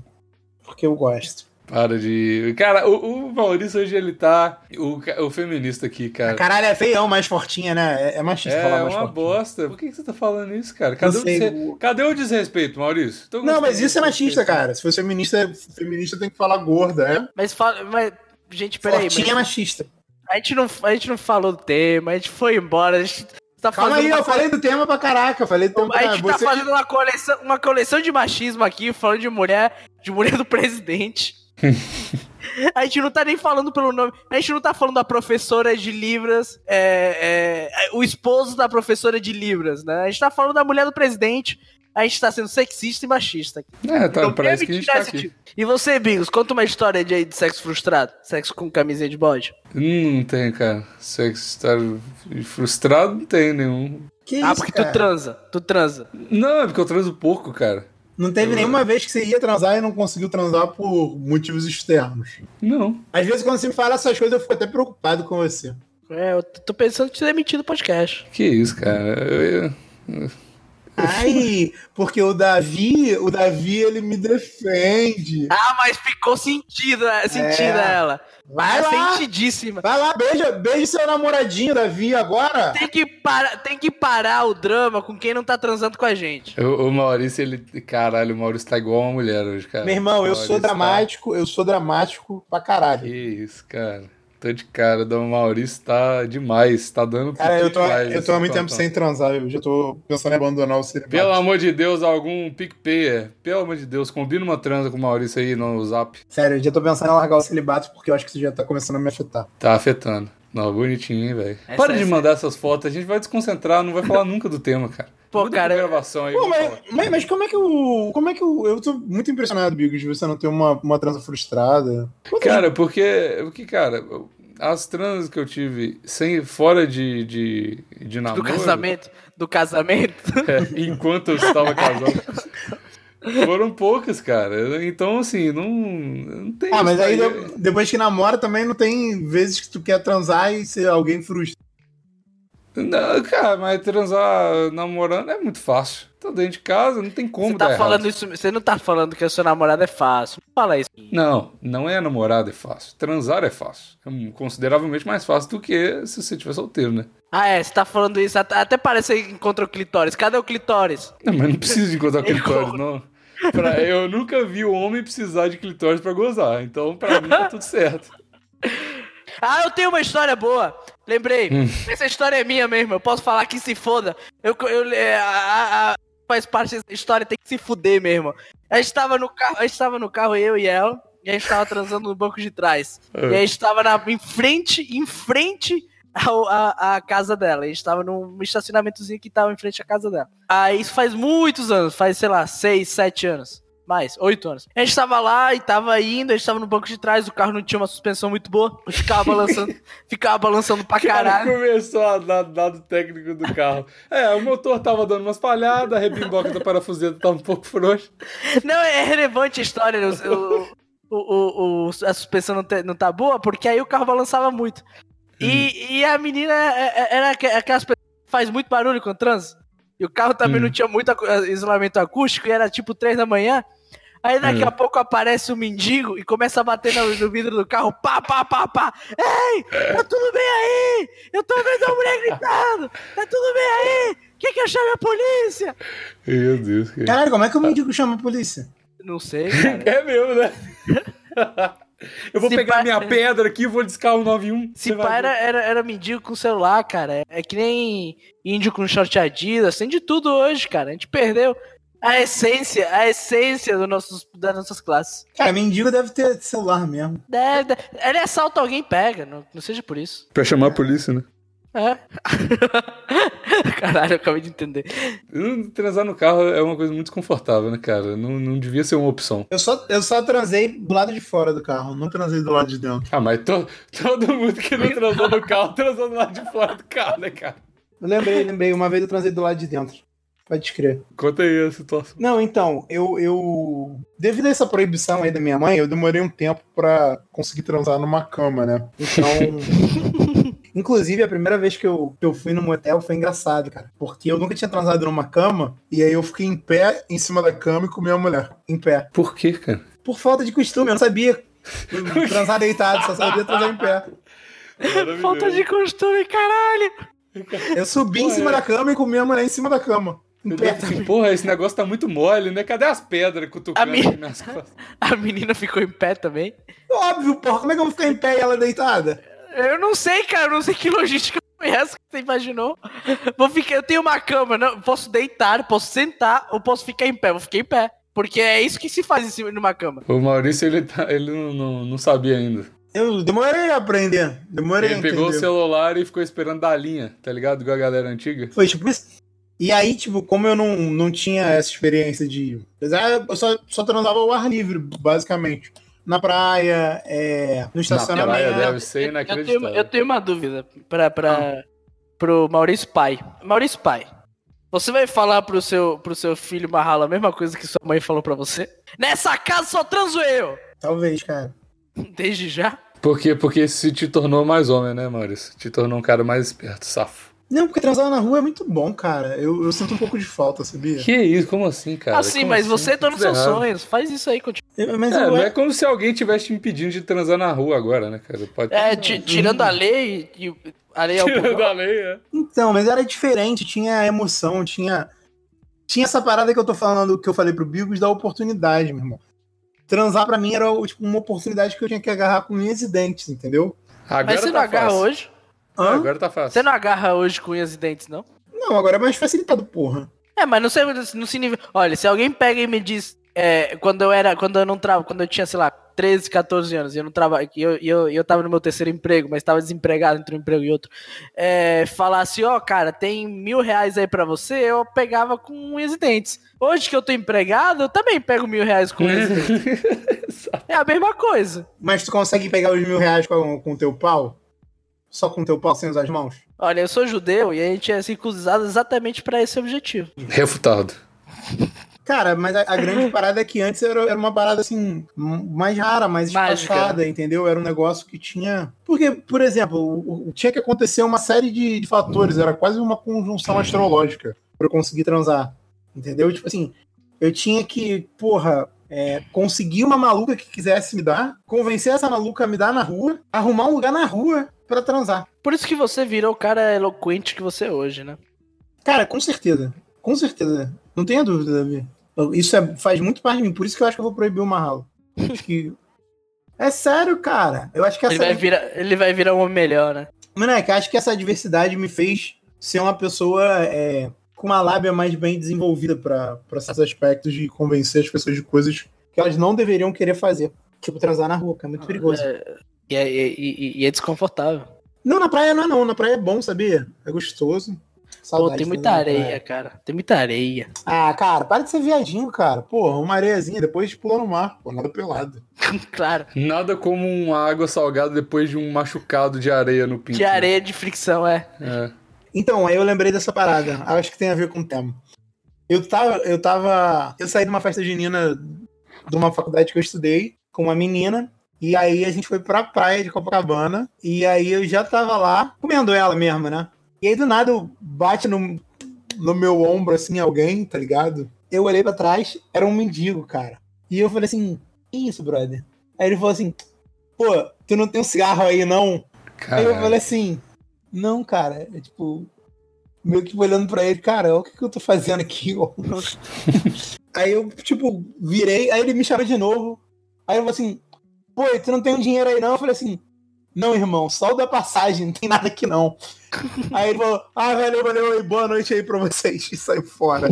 [SPEAKER 3] Porque eu gosto.
[SPEAKER 1] Para de. Cara, o, o Maurício hoje ele tá. O, ca- o feminista aqui, cara.
[SPEAKER 3] Caralho, é feião mais fortinha, né? É, é machista
[SPEAKER 1] É
[SPEAKER 3] falar
[SPEAKER 1] uma
[SPEAKER 3] mais fortinha.
[SPEAKER 1] bosta. Por que, que você tá falando isso, cara? Cadê,
[SPEAKER 3] Não sei,
[SPEAKER 1] o, desre- Cadê o desrespeito, Maurício? Tô
[SPEAKER 3] Não,
[SPEAKER 1] gostando
[SPEAKER 3] mas isso é
[SPEAKER 1] desse
[SPEAKER 3] machista,
[SPEAKER 1] desrespeito.
[SPEAKER 3] cara. Se fosse feminista, é
[SPEAKER 5] Feminista tem que falar gorda, é?
[SPEAKER 2] Mas fala. Mas, gente, peraí,
[SPEAKER 3] fortinha
[SPEAKER 2] mas
[SPEAKER 3] é
[SPEAKER 2] tá
[SPEAKER 3] machista.
[SPEAKER 2] a, gente não, a gente não falou do tema, a gente foi embora, a gente tá
[SPEAKER 3] Calma
[SPEAKER 2] fazendo.
[SPEAKER 3] aí,
[SPEAKER 2] uma
[SPEAKER 3] eu falei do tema pra caraca. Eu falei do tema pra
[SPEAKER 2] A
[SPEAKER 3] caraca.
[SPEAKER 2] gente tá
[SPEAKER 3] Você-
[SPEAKER 2] fazendo uma coleção, uma coleção de machismo aqui, falando de mulher, de mulher do
[SPEAKER 3] *laughs*
[SPEAKER 2] presidente. a gente não tá nem falando pelo nome. A gente não tá falando da professora de Libras, é, é, é, o esposo da professora de Libras, né? A gente tá falando da mulher do presidente. A gente tá sendo sexista e machista.
[SPEAKER 1] É, tá,
[SPEAKER 2] Então,
[SPEAKER 1] parece
[SPEAKER 2] quer
[SPEAKER 1] que a gente
[SPEAKER 2] tirar
[SPEAKER 1] tá
[SPEAKER 2] esse
[SPEAKER 1] aqui.
[SPEAKER 2] tipo? E você, Bigos, conta uma história de, aí de sexo frustrado. Sexo com camisinha de bode.
[SPEAKER 1] Hum, não tem, cara. é Sexo estar tá frustrado não tem nenhum.
[SPEAKER 3] Que
[SPEAKER 2] ah,
[SPEAKER 3] isso,
[SPEAKER 2] porque
[SPEAKER 3] cara?
[SPEAKER 2] tu transa. Tu transa.
[SPEAKER 1] Não, é porque eu transo pouco, cara.
[SPEAKER 3] Não teve nenhuma vez que você ia transar e não conseguiu transar por motivos externos.
[SPEAKER 1] Não.
[SPEAKER 3] Às vezes, quando você me fala essas coisas, eu fico até preocupado com você.
[SPEAKER 2] É, eu tô pensando em te demitir do podcast.
[SPEAKER 1] Que isso, cara. Eu- eu- *laughs*
[SPEAKER 3] Ai, porque o Davi, o Davi, ele me defende.
[SPEAKER 2] Ah, mas ficou sentida, sentida
[SPEAKER 3] É.
[SPEAKER 2] ela.
[SPEAKER 3] Vai lá,
[SPEAKER 2] Ah, sentidíssima.
[SPEAKER 3] vai lá, beija, beija seu namoradinho, Davi, agora.
[SPEAKER 2] Tem que, parar, tem que parar o drama com quem não tá transando com a gente.
[SPEAKER 1] O, o Maurício, ele. Caralho, o Maurício tá igual uma mulher hoje, cara.
[SPEAKER 3] Meu irmão, eu
[SPEAKER 1] Maurício
[SPEAKER 3] sou
[SPEAKER 1] tá-
[SPEAKER 3] dramático, eu sou dramático pra caralho.
[SPEAKER 1] Que isso, cara. Tô de cara. O Maurício tá demais. Tá dando
[SPEAKER 3] Cara, eu tô,
[SPEAKER 1] demais
[SPEAKER 3] eu tô
[SPEAKER 1] esse
[SPEAKER 3] há muito tempo
[SPEAKER 1] plantão.
[SPEAKER 3] sem transar, eu já tô pensando em abandonar o
[SPEAKER 1] Pelo
[SPEAKER 3] celibato.
[SPEAKER 1] amor de Deus, algum PicPayer. Pelo amor de Deus, combina uma transa com o Maurício aí no zap.
[SPEAKER 3] Sério, eu já tô pensando em largar o celibato porque eu acho que isso já tá começando a me afetar.
[SPEAKER 1] Tá afetando. Não, bonitinho, hein, velho.
[SPEAKER 2] Essa-
[SPEAKER 1] Para de
[SPEAKER 2] essa-
[SPEAKER 1] mandar essas fotos, a gente vai desconcentrar, não vai falar
[SPEAKER 2] *laughs*
[SPEAKER 1] nunca do tema, cara.
[SPEAKER 2] Pô,
[SPEAKER 1] Muda
[SPEAKER 2] cara,
[SPEAKER 1] a gravação aí.
[SPEAKER 3] Pô,
[SPEAKER 1] vamos
[SPEAKER 3] mas,
[SPEAKER 1] falar.
[SPEAKER 3] mas, mas como é que o. Como é que o. Eu tô muito impressionado, Bigos, de você não ter uma, uma transa frustrada. é Quantas-
[SPEAKER 1] Cara, porque. Porque, cara, as transas que eu tive sem, fora de, de, de
[SPEAKER 2] Do
[SPEAKER 1] namoro.
[SPEAKER 2] casamento. Do casamento.
[SPEAKER 1] *laughs* É, enquanto eu estava casado. Foram poucas, cara. Então, assim, não, não tem.
[SPEAKER 3] Ah, mas
[SPEAKER 1] isso
[SPEAKER 3] aí de- depois que namora também não tem vezes que tu quer transar e se alguém frustra.
[SPEAKER 1] Não, cara, mas transar namorando é muito fácil. Tá dentro de casa, não tem como
[SPEAKER 2] Você tá
[SPEAKER 1] dar
[SPEAKER 2] falando
[SPEAKER 1] errado.
[SPEAKER 2] isso. Você não tá falando que a sua namorada é fácil. Não Fala isso.
[SPEAKER 1] Não, não é namorado é fácil. Transar é fácil. É consideravelmente mais fácil do que se você tiver solteiro, né?
[SPEAKER 2] Ah, é, você tá falando isso. Até, até parece que encontra o clitóris. Cadê o clitóris?
[SPEAKER 1] Não, mas não precisa de encontrar
[SPEAKER 2] Ele
[SPEAKER 1] clitóris,
[SPEAKER 2] come.
[SPEAKER 1] não. Pra- eu nunca vi o homem precisar de clitóris pra gozar. Então, pra mim, tá tudo certo.
[SPEAKER 2] Ah, eu tenho uma história boa. Lembrei.
[SPEAKER 1] Hum.
[SPEAKER 2] Essa história é minha mesmo. Eu posso falar que se foda. Eu, eu, é, a- a- a- faz parte dessa história, tem que se fuder mesmo. A gente tava no carro, a gente tava no carro, eu e ela, e a gente tava transando no banco de trás.
[SPEAKER 1] Ah.
[SPEAKER 2] E a gente tava na, em frente, em frente ao- à, à casa dela. A gente tava num estacionamentozinho que tava em frente à casa dela. Aí isso faz muitos anos, faz, sei lá, seis, sete anos. Mais, oito anos. A gente tava lá e tava indo, a gente tava no banco de trás, o carro não tinha uma suspensão muito boa. Eu ficava balançando, ficava balançando *laughs* pra caralho.
[SPEAKER 1] Cara, começou a dar dado técnico do carro. É, o motor tava dando umas palhadas, a rebimboca da parafuseta tava um pouco frouxa.
[SPEAKER 2] Não, é relevante a história. né? O, o- o- o- a suspensão não, te- não tá boa, porque aí o carro balançava muito. E, e a menina é- é- era aqu- aquelas pessoas que faz muito barulho quando transa. E o carro também
[SPEAKER 1] Hum.
[SPEAKER 2] não tinha muito acu- isolamento acústico, e era tipo três da manhã. Aí daqui
[SPEAKER 1] Hum.
[SPEAKER 2] a pouco aparece um mendigo e começa a bater no, no vidro do carro, pá, pá, pá, pá. Ei, tá tudo bem aí? Eu tô vendo a mulher gritando, tá tudo bem aí? Quer que eu chame a polícia?
[SPEAKER 1] Meu Deus, cara.
[SPEAKER 3] Caralho, como é que o mendigo chama a polícia?
[SPEAKER 2] Não sei, cara.
[SPEAKER 1] É mesmo, né? *laughs* Eu vou
[SPEAKER 2] Se
[SPEAKER 1] pegar
[SPEAKER 2] pa-
[SPEAKER 1] minha pedra aqui e vou descar o 91.
[SPEAKER 2] Se
[SPEAKER 1] você vai
[SPEAKER 2] pá,
[SPEAKER 1] ver.
[SPEAKER 2] era, era, era mendigo com celular, cara. É que nem índio com short Adidas. Tem de tudo hoje, cara. A gente perdeu. a essência, a essência do nossos, das nossas classes.
[SPEAKER 3] Cara, mendigo deve ter celular mesmo.
[SPEAKER 2] Deve, deve- ele assalta alguém e pega, não, não seja por isso.
[SPEAKER 1] Pra chamar a polícia, né?
[SPEAKER 2] É. *laughs* Caralho, eu acabei de entender.
[SPEAKER 1] Eu- Transar no carro é uma coisa muito desconfortável, né, cara? Não, não devia ser uma opção.
[SPEAKER 3] Eu só, eu só transei do lado de fora do carro.
[SPEAKER 6] Não, não transei do lado de dentro.
[SPEAKER 1] Ah, mas to- todo mundo que não transou no carro, *laughs* transou do lado de fora do carro, né, cara?
[SPEAKER 3] Eu lembrei, lembrei. Uma vez eu transei do lado de dentro. Pode crer.
[SPEAKER 1] Conta aí a situação.
[SPEAKER 3] Não, então, eu, eu. Devido a essa proibição aí da minha mãe, eu demorei um tempo pra conseguir transar numa cama, né?
[SPEAKER 1] *laughs*
[SPEAKER 3] Então. Inclusive, a primeira vez que eu, que eu fui no motel foi engraçado, cara. Porque eu nunca tinha transado numa cama, e aí eu fiquei em pé em cima da cama e comi a mulher. Em pé.
[SPEAKER 1] Por quê, cara?
[SPEAKER 3] Por falta de costume, eu não sabia
[SPEAKER 1] *laughs*
[SPEAKER 3] transar deitado, só sabia transar em pé.
[SPEAKER 2] Falta
[SPEAKER 1] né?
[SPEAKER 2] de costume, caralho.
[SPEAKER 3] Eu subi em
[SPEAKER 1] é.
[SPEAKER 3] cima da cama e comi a mulher em cima da cama. Em pé.
[SPEAKER 1] Porra, esse negócio tá muito mole, né? Cadê as pedras cutucando
[SPEAKER 2] A minha-
[SPEAKER 1] aqui nas costas?
[SPEAKER 2] A menina ficou em pé também.
[SPEAKER 3] Óbvio, porra, como é que eu vou ficar em pé e ela deitada?
[SPEAKER 2] Eu não sei, cara, eu não sei que logística *laughs* foi essa que você imaginou. Vou ficar, eu tenho uma cama, não, posso deitar, posso sentar ou posso ficar em pé. Vou ficar em pé. Porque é isso que se faz em cima de uma cama.
[SPEAKER 1] O Maurício, ele, tá- ele não, não, não sabia ainda.
[SPEAKER 3] Eu demorei a aprender. Demorei
[SPEAKER 1] Ele
[SPEAKER 3] a
[SPEAKER 1] pegou o
[SPEAKER 3] entender.
[SPEAKER 1] celular e ficou esperando dar a linha, tá ligado? Igual a galera antiga.
[SPEAKER 3] Foi tipo isso. E aí, tipo, como eu não, não tinha essa experiência de. Apesar, eu só, só transava ao ar livre, basicamente. Na praia, é, no
[SPEAKER 1] Na
[SPEAKER 3] estacionamento.
[SPEAKER 1] praia né?
[SPEAKER 2] minha-
[SPEAKER 1] deve ser
[SPEAKER 2] Eu tenho, uma-
[SPEAKER 1] inacreditável.
[SPEAKER 2] eu tenho uma dúvida pra, pra, pro Maurício Pai. Maurício Pai, você vai falar pro seu, pro seu filho Marrala a mesma coisa que sua mãe falou pra você? Nessa casa só transo eu! *laughs*
[SPEAKER 3] Talvez, cara.
[SPEAKER 2] Desde já?
[SPEAKER 1] Por quê? Porque isso te tornou mais homem, né, Maurício? Te tornou um cara mais esperto, safo.
[SPEAKER 3] Não, porque transar na rua é muito bom, cara. Eu, eu sinto um pouco de falta, sabia?
[SPEAKER 1] Que isso? Como assim, cara?
[SPEAKER 2] assim,
[SPEAKER 1] Como
[SPEAKER 2] mas
[SPEAKER 1] assim?
[SPEAKER 2] você é dono dos
[SPEAKER 1] Tudo
[SPEAKER 2] seus
[SPEAKER 1] errado.
[SPEAKER 2] sonhos. Faz isso aí, continua.
[SPEAKER 3] Eu- mas
[SPEAKER 1] É,
[SPEAKER 3] eu,
[SPEAKER 1] não é como se alguém tivesse te impedindo de transar na rua agora, né, cara? Pode *laughs*
[SPEAKER 2] É, ti- tirando a lei e e a lei é o
[SPEAKER 1] Tirando a lei, é.
[SPEAKER 3] Então, mas era diferente, tinha emoção, tinha. Tinha essa parada que eu tô falando, que eu falei pro Bigos, da oportunidade, meu irmão. Transar pra mim era tipo, uma oportunidade que eu tinha que agarrar com unhas e dentes, entendeu?
[SPEAKER 1] Agora
[SPEAKER 2] Mas você não
[SPEAKER 1] tá
[SPEAKER 2] agarra
[SPEAKER 1] fácil.
[SPEAKER 2] hoje?
[SPEAKER 1] Ah,
[SPEAKER 3] Hã?
[SPEAKER 1] agora tá fácil.
[SPEAKER 2] Você não agarra hoje com unhas e dentes, não?
[SPEAKER 3] Não, agora é mais facilitado, porra.
[SPEAKER 2] É, mas não sei, não se nível. Olha, se alguém pega e me diz. é, quando eu era. Quando eu não trava, quando eu tinha, sei lá, 13, 14 anos, e eu não trabalho. E eu, e eu, e eu tava no meu terceiro emprego, mas tava desempregado entre um emprego e outro. É, falasse, ó, cara, tem mil reais aí pra você, eu pegava com unhas e dentes. Hoje que eu tô empregado, eu também pego mil reais com unhas e
[SPEAKER 1] *laughs*
[SPEAKER 2] dentes. É a mesma coisa.
[SPEAKER 3] Mas tu consegue pegar os mil reais com com o teu pau? Só com o teu pau sem usar as mãos?
[SPEAKER 2] Olha, eu sou judeu e a gente é circuncisado exatamente pra esse objetivo.
[SPEAKER 1] Refutado.
[SPEAKER 3] Cara, mas a, a grande parada é que antes era, era uma parada assim, m- mais rara, mais
[SPEAKER 2] Mágica.
[SPEAKER 3] espaçada, entendeu? Era um negócio que tinha. Porque, por exemplo, o- o- tinha que acontecer uma série de, de fatores, era quase uma conjunção astrológica pra eu conseguir transar, entendeu? Tipo assim, eu tinha que, porra, é, conseguir uma maluca que quisesse me dar, convencer essa maluca a me dar na rua, arrumar um lugar na rua pra transar.
[SPEAKER 2] Por isso que você virou o cara eloquente que você é hoje, né?
[SPEAKER 3] Cara, com certeza, com certeza, não tenha dúvida, Davi. Eu- Isso é- faz muito parte de mim, por isso que eu acho que eu vou proibir o Marralo.
[SPEAKER 2] *laughs*
[SPEAKER 3] Acho que- É sério, cara. Eu acho que
[SPEAKER 2] Ele vai,
[SPEAKER 3] essa,
[SPEAKER 2] virar, ele vai virar um homem melhor, né?
[SPEAKER 3] Moleque, acho que essa adversidade me fez ser uma pessoa é, com uma lábia mais bem desenvolvida pra pra esses aspectos de convencer as pessoas de coisas que elas não deveriam querer fazer. Tipo, transar na rua, que é muito perigoso.
[SPEAKER 2] É, e, é, e- e- e é desconfortável.
[SPEAKER 3] Não, na praia não é não. Na praia é bom, sabia? É gostoso.
[SPEAKER 2] Pô,
[SPEAKER 3] Saudade
[SPEAKER 2] tem
[SPEAKER 3] de
[SPEAKER 2] muita
[SPEAKER 3] transar na praia.
[SPEAKER 2] areia, cara. Tem muita areia. *laughs*
[SPEAKER 3] Ah, cara, para de ser viadinho, cara. Porra, uma areiazinha, depois pula no mar.
[SPEAKER 6] Pô, nada pelado.
[SPEAKER 2] claro.
[SPEAKER 1] Nada como uma água salgada depois de um machucado de areia no pinto.
[SPEAKER 2] De areia de fricção, é.
[SPEAKER 1] né? É.
[SPEAKER 3] Então, aí eu lembrei dessa parada. Acho que tem a ver com o tema. Eu tava. Eu tava. Eu saí de uma festa junina de uma faculdade que eu estudei com uma menina. E aí a gente foi pra praia de Copacabana. E aí eu já tava lá, comendo ela mesmo, né? E aí do nada eu bate no, no meu ombro assim, alguém, tá ligado? Eu olhei pra trás, era um mendigo, cara. E eu falei assim: que isso, brother? Aí ele falou assim: pô, tu não tem um cigarro aí não? Aí eu
[SPEAKER 1] Caralho.
[SPEAKER 3] falei assim, não, cara, é tipo, meio que olhando pra ele, cara, olha o que, que eu tô fazendo aqui, *laughs* ó. aí eu, tipo, virei, aí ele me chamou de novo. Aí eu falei assim, pô, tu não tem um dinheiro aí não? Eu falei assim, não, irmão, só o da passagem, não tem nada aqui *laughs* não. *laughs* aí ele falou, ah, valeu, valeu, aí, boa noite aí pra vocês. E saiu fora.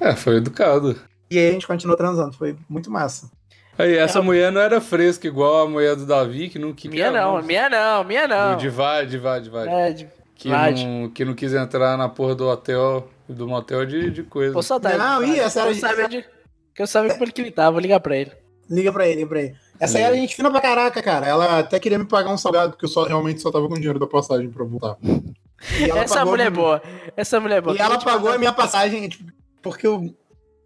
[SPEAKER 1] É, foi educado.
[SPEAKER 3] E aí a gente continuou transando, foi muito massa.
[SPEAKER 2] É.
[SPEAKER 1] Aí, essa mulher não era fresca igual a mulher do Davi, que é, não queria.
[SPEAKER 2] Minha não, minha é um não, minha não.
[SPEAKER 1] Do Divide, Divide, Divide.
[SPEAKER 2] É, de-
[SPEAKER 1] que,
[SPEAKER 2] Vlad.
[SPEAKER 1] não, que não quis entrar na porra do hotel, do motel de, de coisa.
[SPEAKER 2] Pô, tá saudade.
[SPEAKER 3] Não,
[SPEAKER 2] do
[SPEAKER 3] ih,
[SPEAKER 2] Vlad.
[SPEAKER 3] essa era
[SPEAKER 2] Quero
[SPEAKER 3] de-
[SPEAKER 2] saber de- Quero saber como ele que ele tá, vou ligar pra ele.
[SPEAKER 3] Liga pra ele, liga pra ele.
[SPEAKER 1] Essa aí
[SPEAKER 3] era
[SPEAKER 1] a
[SPEAKER 3] gente fina pra caraca, cara.
[SPEAKER 7] Ela até queria me pagar um salgado, porque eu só, realmente só tava com dinheiro da passagem pra
[SPEAKER 2] *laughs*
[SPEAKER 7] voltar.
[SPEAKER 3] E ela
[SPEAKER 2] Essa
[SPEAKER 3] pagou
[SPEAKER 2] mulher é
[SPEAKER 3] minha-
[SPEAKER 2] boa. Essa mulher é boa.
[SPEAKER 3] E ela
[SPEAKER 2] Gente,
[SPEAKER 3] pagou a minha passagem, tipo, porque eu.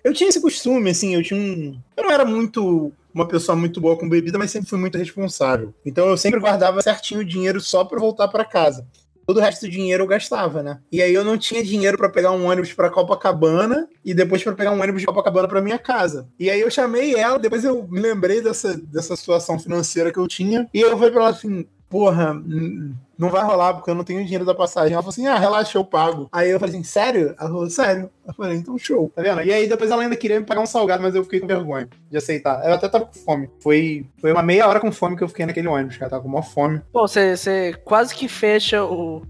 [SPEAKER 3] Eu tinha esse costume, assim, eu tinha um. Eu não era muito. Uma pessoa muito boa com bebida, mas sempre fui muito responsável. Então eu sempre guardava certinho o dinheiro só pra eu voltar pra casa. Todo o resto do dinheiro eu gastava, né? E aí eu não tinha dinheiro pra pegar um ônibus pra Copacabana e depois pra pegar um ônibus de Copacabana pra minha casa. E aí eu chamei ela, depois eu me lembrei dessa, dessa situação financeira que eu tinha. E eu falei pra ela assim: porra, hum, não vai rolar porque eu não tenho dinheiro da passagem. Ela falou assim, ah, relaxa, eu pago. Aí eu falei assim, sério? Ela falou, sério. Eu falei, então show, tá vendo? E aí depois ela ainda queria me pagar um salgado, mas eu fiquei com vergonha de aceitar. Ela até tava com fome. Foi, foi uma meia hora com fome que eu fiquei naquele ônibus, cara. Tava com maior fome.
[SPEAKER 2] Pô, você- você quase que fecha o,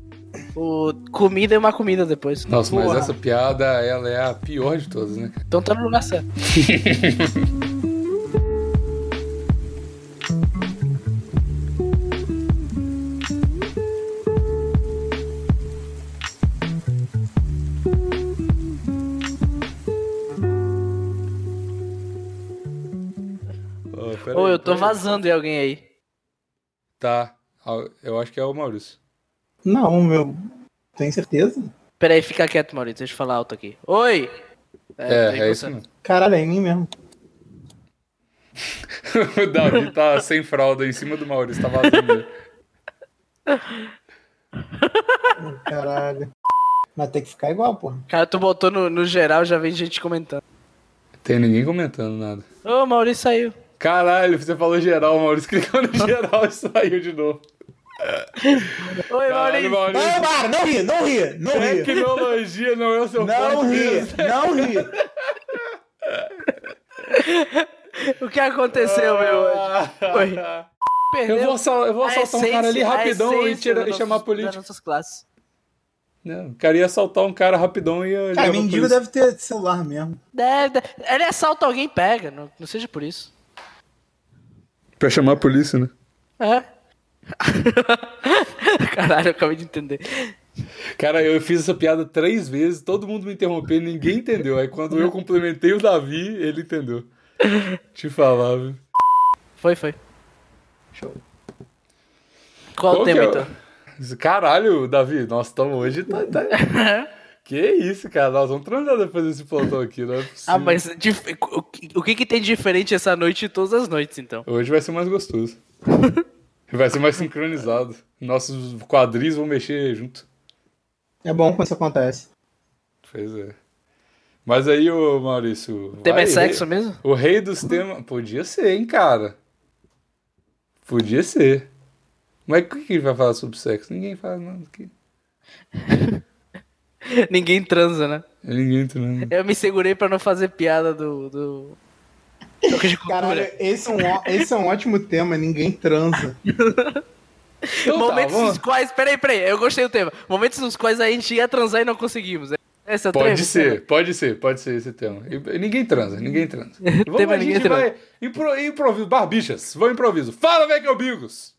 [SPEAKER 2] o comida e uma comida depois.
[SPEAKER 1] Nossa, mas
[SPEAKER 2] Porra.
[SPEAKER 1] essa piada, ela é a pior de todas, né?
[SPEAKER 2] Então tá no lugar certo.
[SPEAKER 1] Ô, peraí,
[SPEAKER 2] Ô, eu tô
[SPEAKER 1] peraí.
[SPEAKER 2] vazando de alguém aí.
[SPEAKER 1] Tá. Ah, Eu acho que é o Maurício.
[SPEAKER 3] Não, meu. Tem certeza?
[SPEAKER 2] Pera aí, fica quieto, Maurício. Deixa eu falar alto aqui. Oi!
[SPEAKER 1] É,
[SPEAKER 2] tem
[SPEAKER 1] é,
[SPEAKER 2] que
[SPEAKER 1] isso
[SPEAKER 2] você-
[SPEAKER 1] mesmo. *laughs*
[SPEAKER 3] Caralho, é em mim mesmo.
[SPEAKER 1] o Davi tá sem fralda em cima do Maurício, tá vazando.
[SPEAKER 2] *laughs*
[SPEAKER 3] Caralho. Mas tem que ficar igual, porra.
[SPEAKER 2] Cara, tu botou no, no geral, já vem gente comentando.
[SPEAKER 1] Tem ninguém comentando nada.
[SPEAKER 2] Ô, Maurício saiu.
[SPEAKER 1] Caralho, você falou geral, Maurício. Clicou
[SPEAKER 2] *laughs*
[SPEAKER 1] no geral e saiu de novo.
[SPEAKER 2] Oi,
[SPEAKER 1] Caralho,
[SPEAKER 2] Maurício.
[SPEAKER 1] Maurício.
[SPEAKER 3] para, não ri, não ri, não
[SPEAKER 1] Tecnologia não é o seu ponto mesmo.
[SPEAKER 3] não ri.
[SPEAKER 2] O que aconteceu, meu? anjo? Oi.
[SPEAKER 1] *laughs*
[SPEAKER 2] Perdeu
[SPEAKER 1] Eu vou, assal- eu vou
[SPEAKER 2] a
[SPEAKER 1] assaltar um cara ali
[SPEAKER 2] essência- a
[SPEAKER 1] rapidão e,
[SPEAKER 2] essência
[SPEAKER 1] tirar-
[SPEAKER 2] do
[SPEAKER 1] e
[SPEAKER 2] nosso-
[SPEAKER 1] chamar a
[SPEAKER 2] Das
[SPEAKER 1] polícia.
[SPEAKER 2] nossas classes.
[SPEAKER 1] Não, o cara ia assaltar um cara rapidão e ia ligar
[SPEAKER 3] Cara,
[SPEAKER 1] pra
[SPEAKER 3] mendigo
[SPEAKER 1] polícia.
[SPEAKER 3] deve ter celular mesmo.
[SPEAKER 2] Deve, deve- É, Ele assalta alguém e pega, não, não seja por isso.
[SPEAKER 1] Pra chamar a polícia, né?
[SPEAKER 2] É. *laughs* Caralho, eu acabei de entender.
[SPEAKER 1] Cara, eu fiz essa piada três vezes, todo mundo me interrompeu, ninguém entendeu. Aí quando eu complementei o Davi, ele entendeu. Te falar, viu?
[SPEAKER 2] Foi, foi.
[SPEAKER 3] Show.
[SPEAKER 2] Qual o
[SPEAKER 1] Qual que
[SPEAKER 2] tema,
[SPEAKER 1] é o-
[SPEAKER 2] então?
[SPEAKER 1] Caralho, Davi, nós estamos hoje. Tá,
[SPEAKER 2] *laughs*
[SPEAKER 1] tá- Que isso, cara? Nós vamos transar depois desse plantão aqui, não é possível.
[SPEAKER 2] Ah, mas dif- o que- o que, que tem de diferente essa noite e todas as noites, então?
[SPEAKER 1] Hoje vai ser mais
[SPEAKER 2] *laughs*
[SPEAKER 1] gostoso. Vai ser mais sincronizado. Nossos quadris vão mexer junto.
[SPEAKER 3] É bom quando isso acontece.
[SPEAKER 1] Pois é. Mas aí, ô Maurício.
[SPEAKER 2] O tema
[SPEAKER 1] vai,
[SPEAKER 2] é sexo
[SPEAKER 1] rei- *laughs*
[SPEAKER 2] mesmo?
[SPEAKER 1] O rei dos temas. Podia ser, hein, cara? Podia ser. Mas o que que ele vai falar sobre sexo? Ninguém fala nada aqui.
[SPEAKER 2] Ninguém transa, né?
[SPEAKER 1] Ninguém entra, né?
[SPEAKER 2] Eu me segurei pra não fazer piada do. do... Choque de cultura.
[SPEAKER 3] Caralho, esse é, um, ó- esse é um ótimo tema, ninguém transa.
[SPEAKER 1] Então tá,
[SPEAKER 2] Momentos
[SPEAKER 1] vamos-
[SPEAKER 2] nos quais. Peraí, peraí, eu gostei do tema. Momentos nos quais a gente ia transar e não conseguimos. Esse é o tema?
[SPEAKER 1] Pode ser, pode ser, pode ser esse tema. E- e ninguém transa, ninguém transa. Vamos,
[SPEAKER 2] Tema
[SPEAKER 1] a gente
[SPEAKER 2] ninguém transa.
[SPEAKER 1] vai impro, improviso. Barbichas, vou improviso. Fala, velho, que é o Bigos!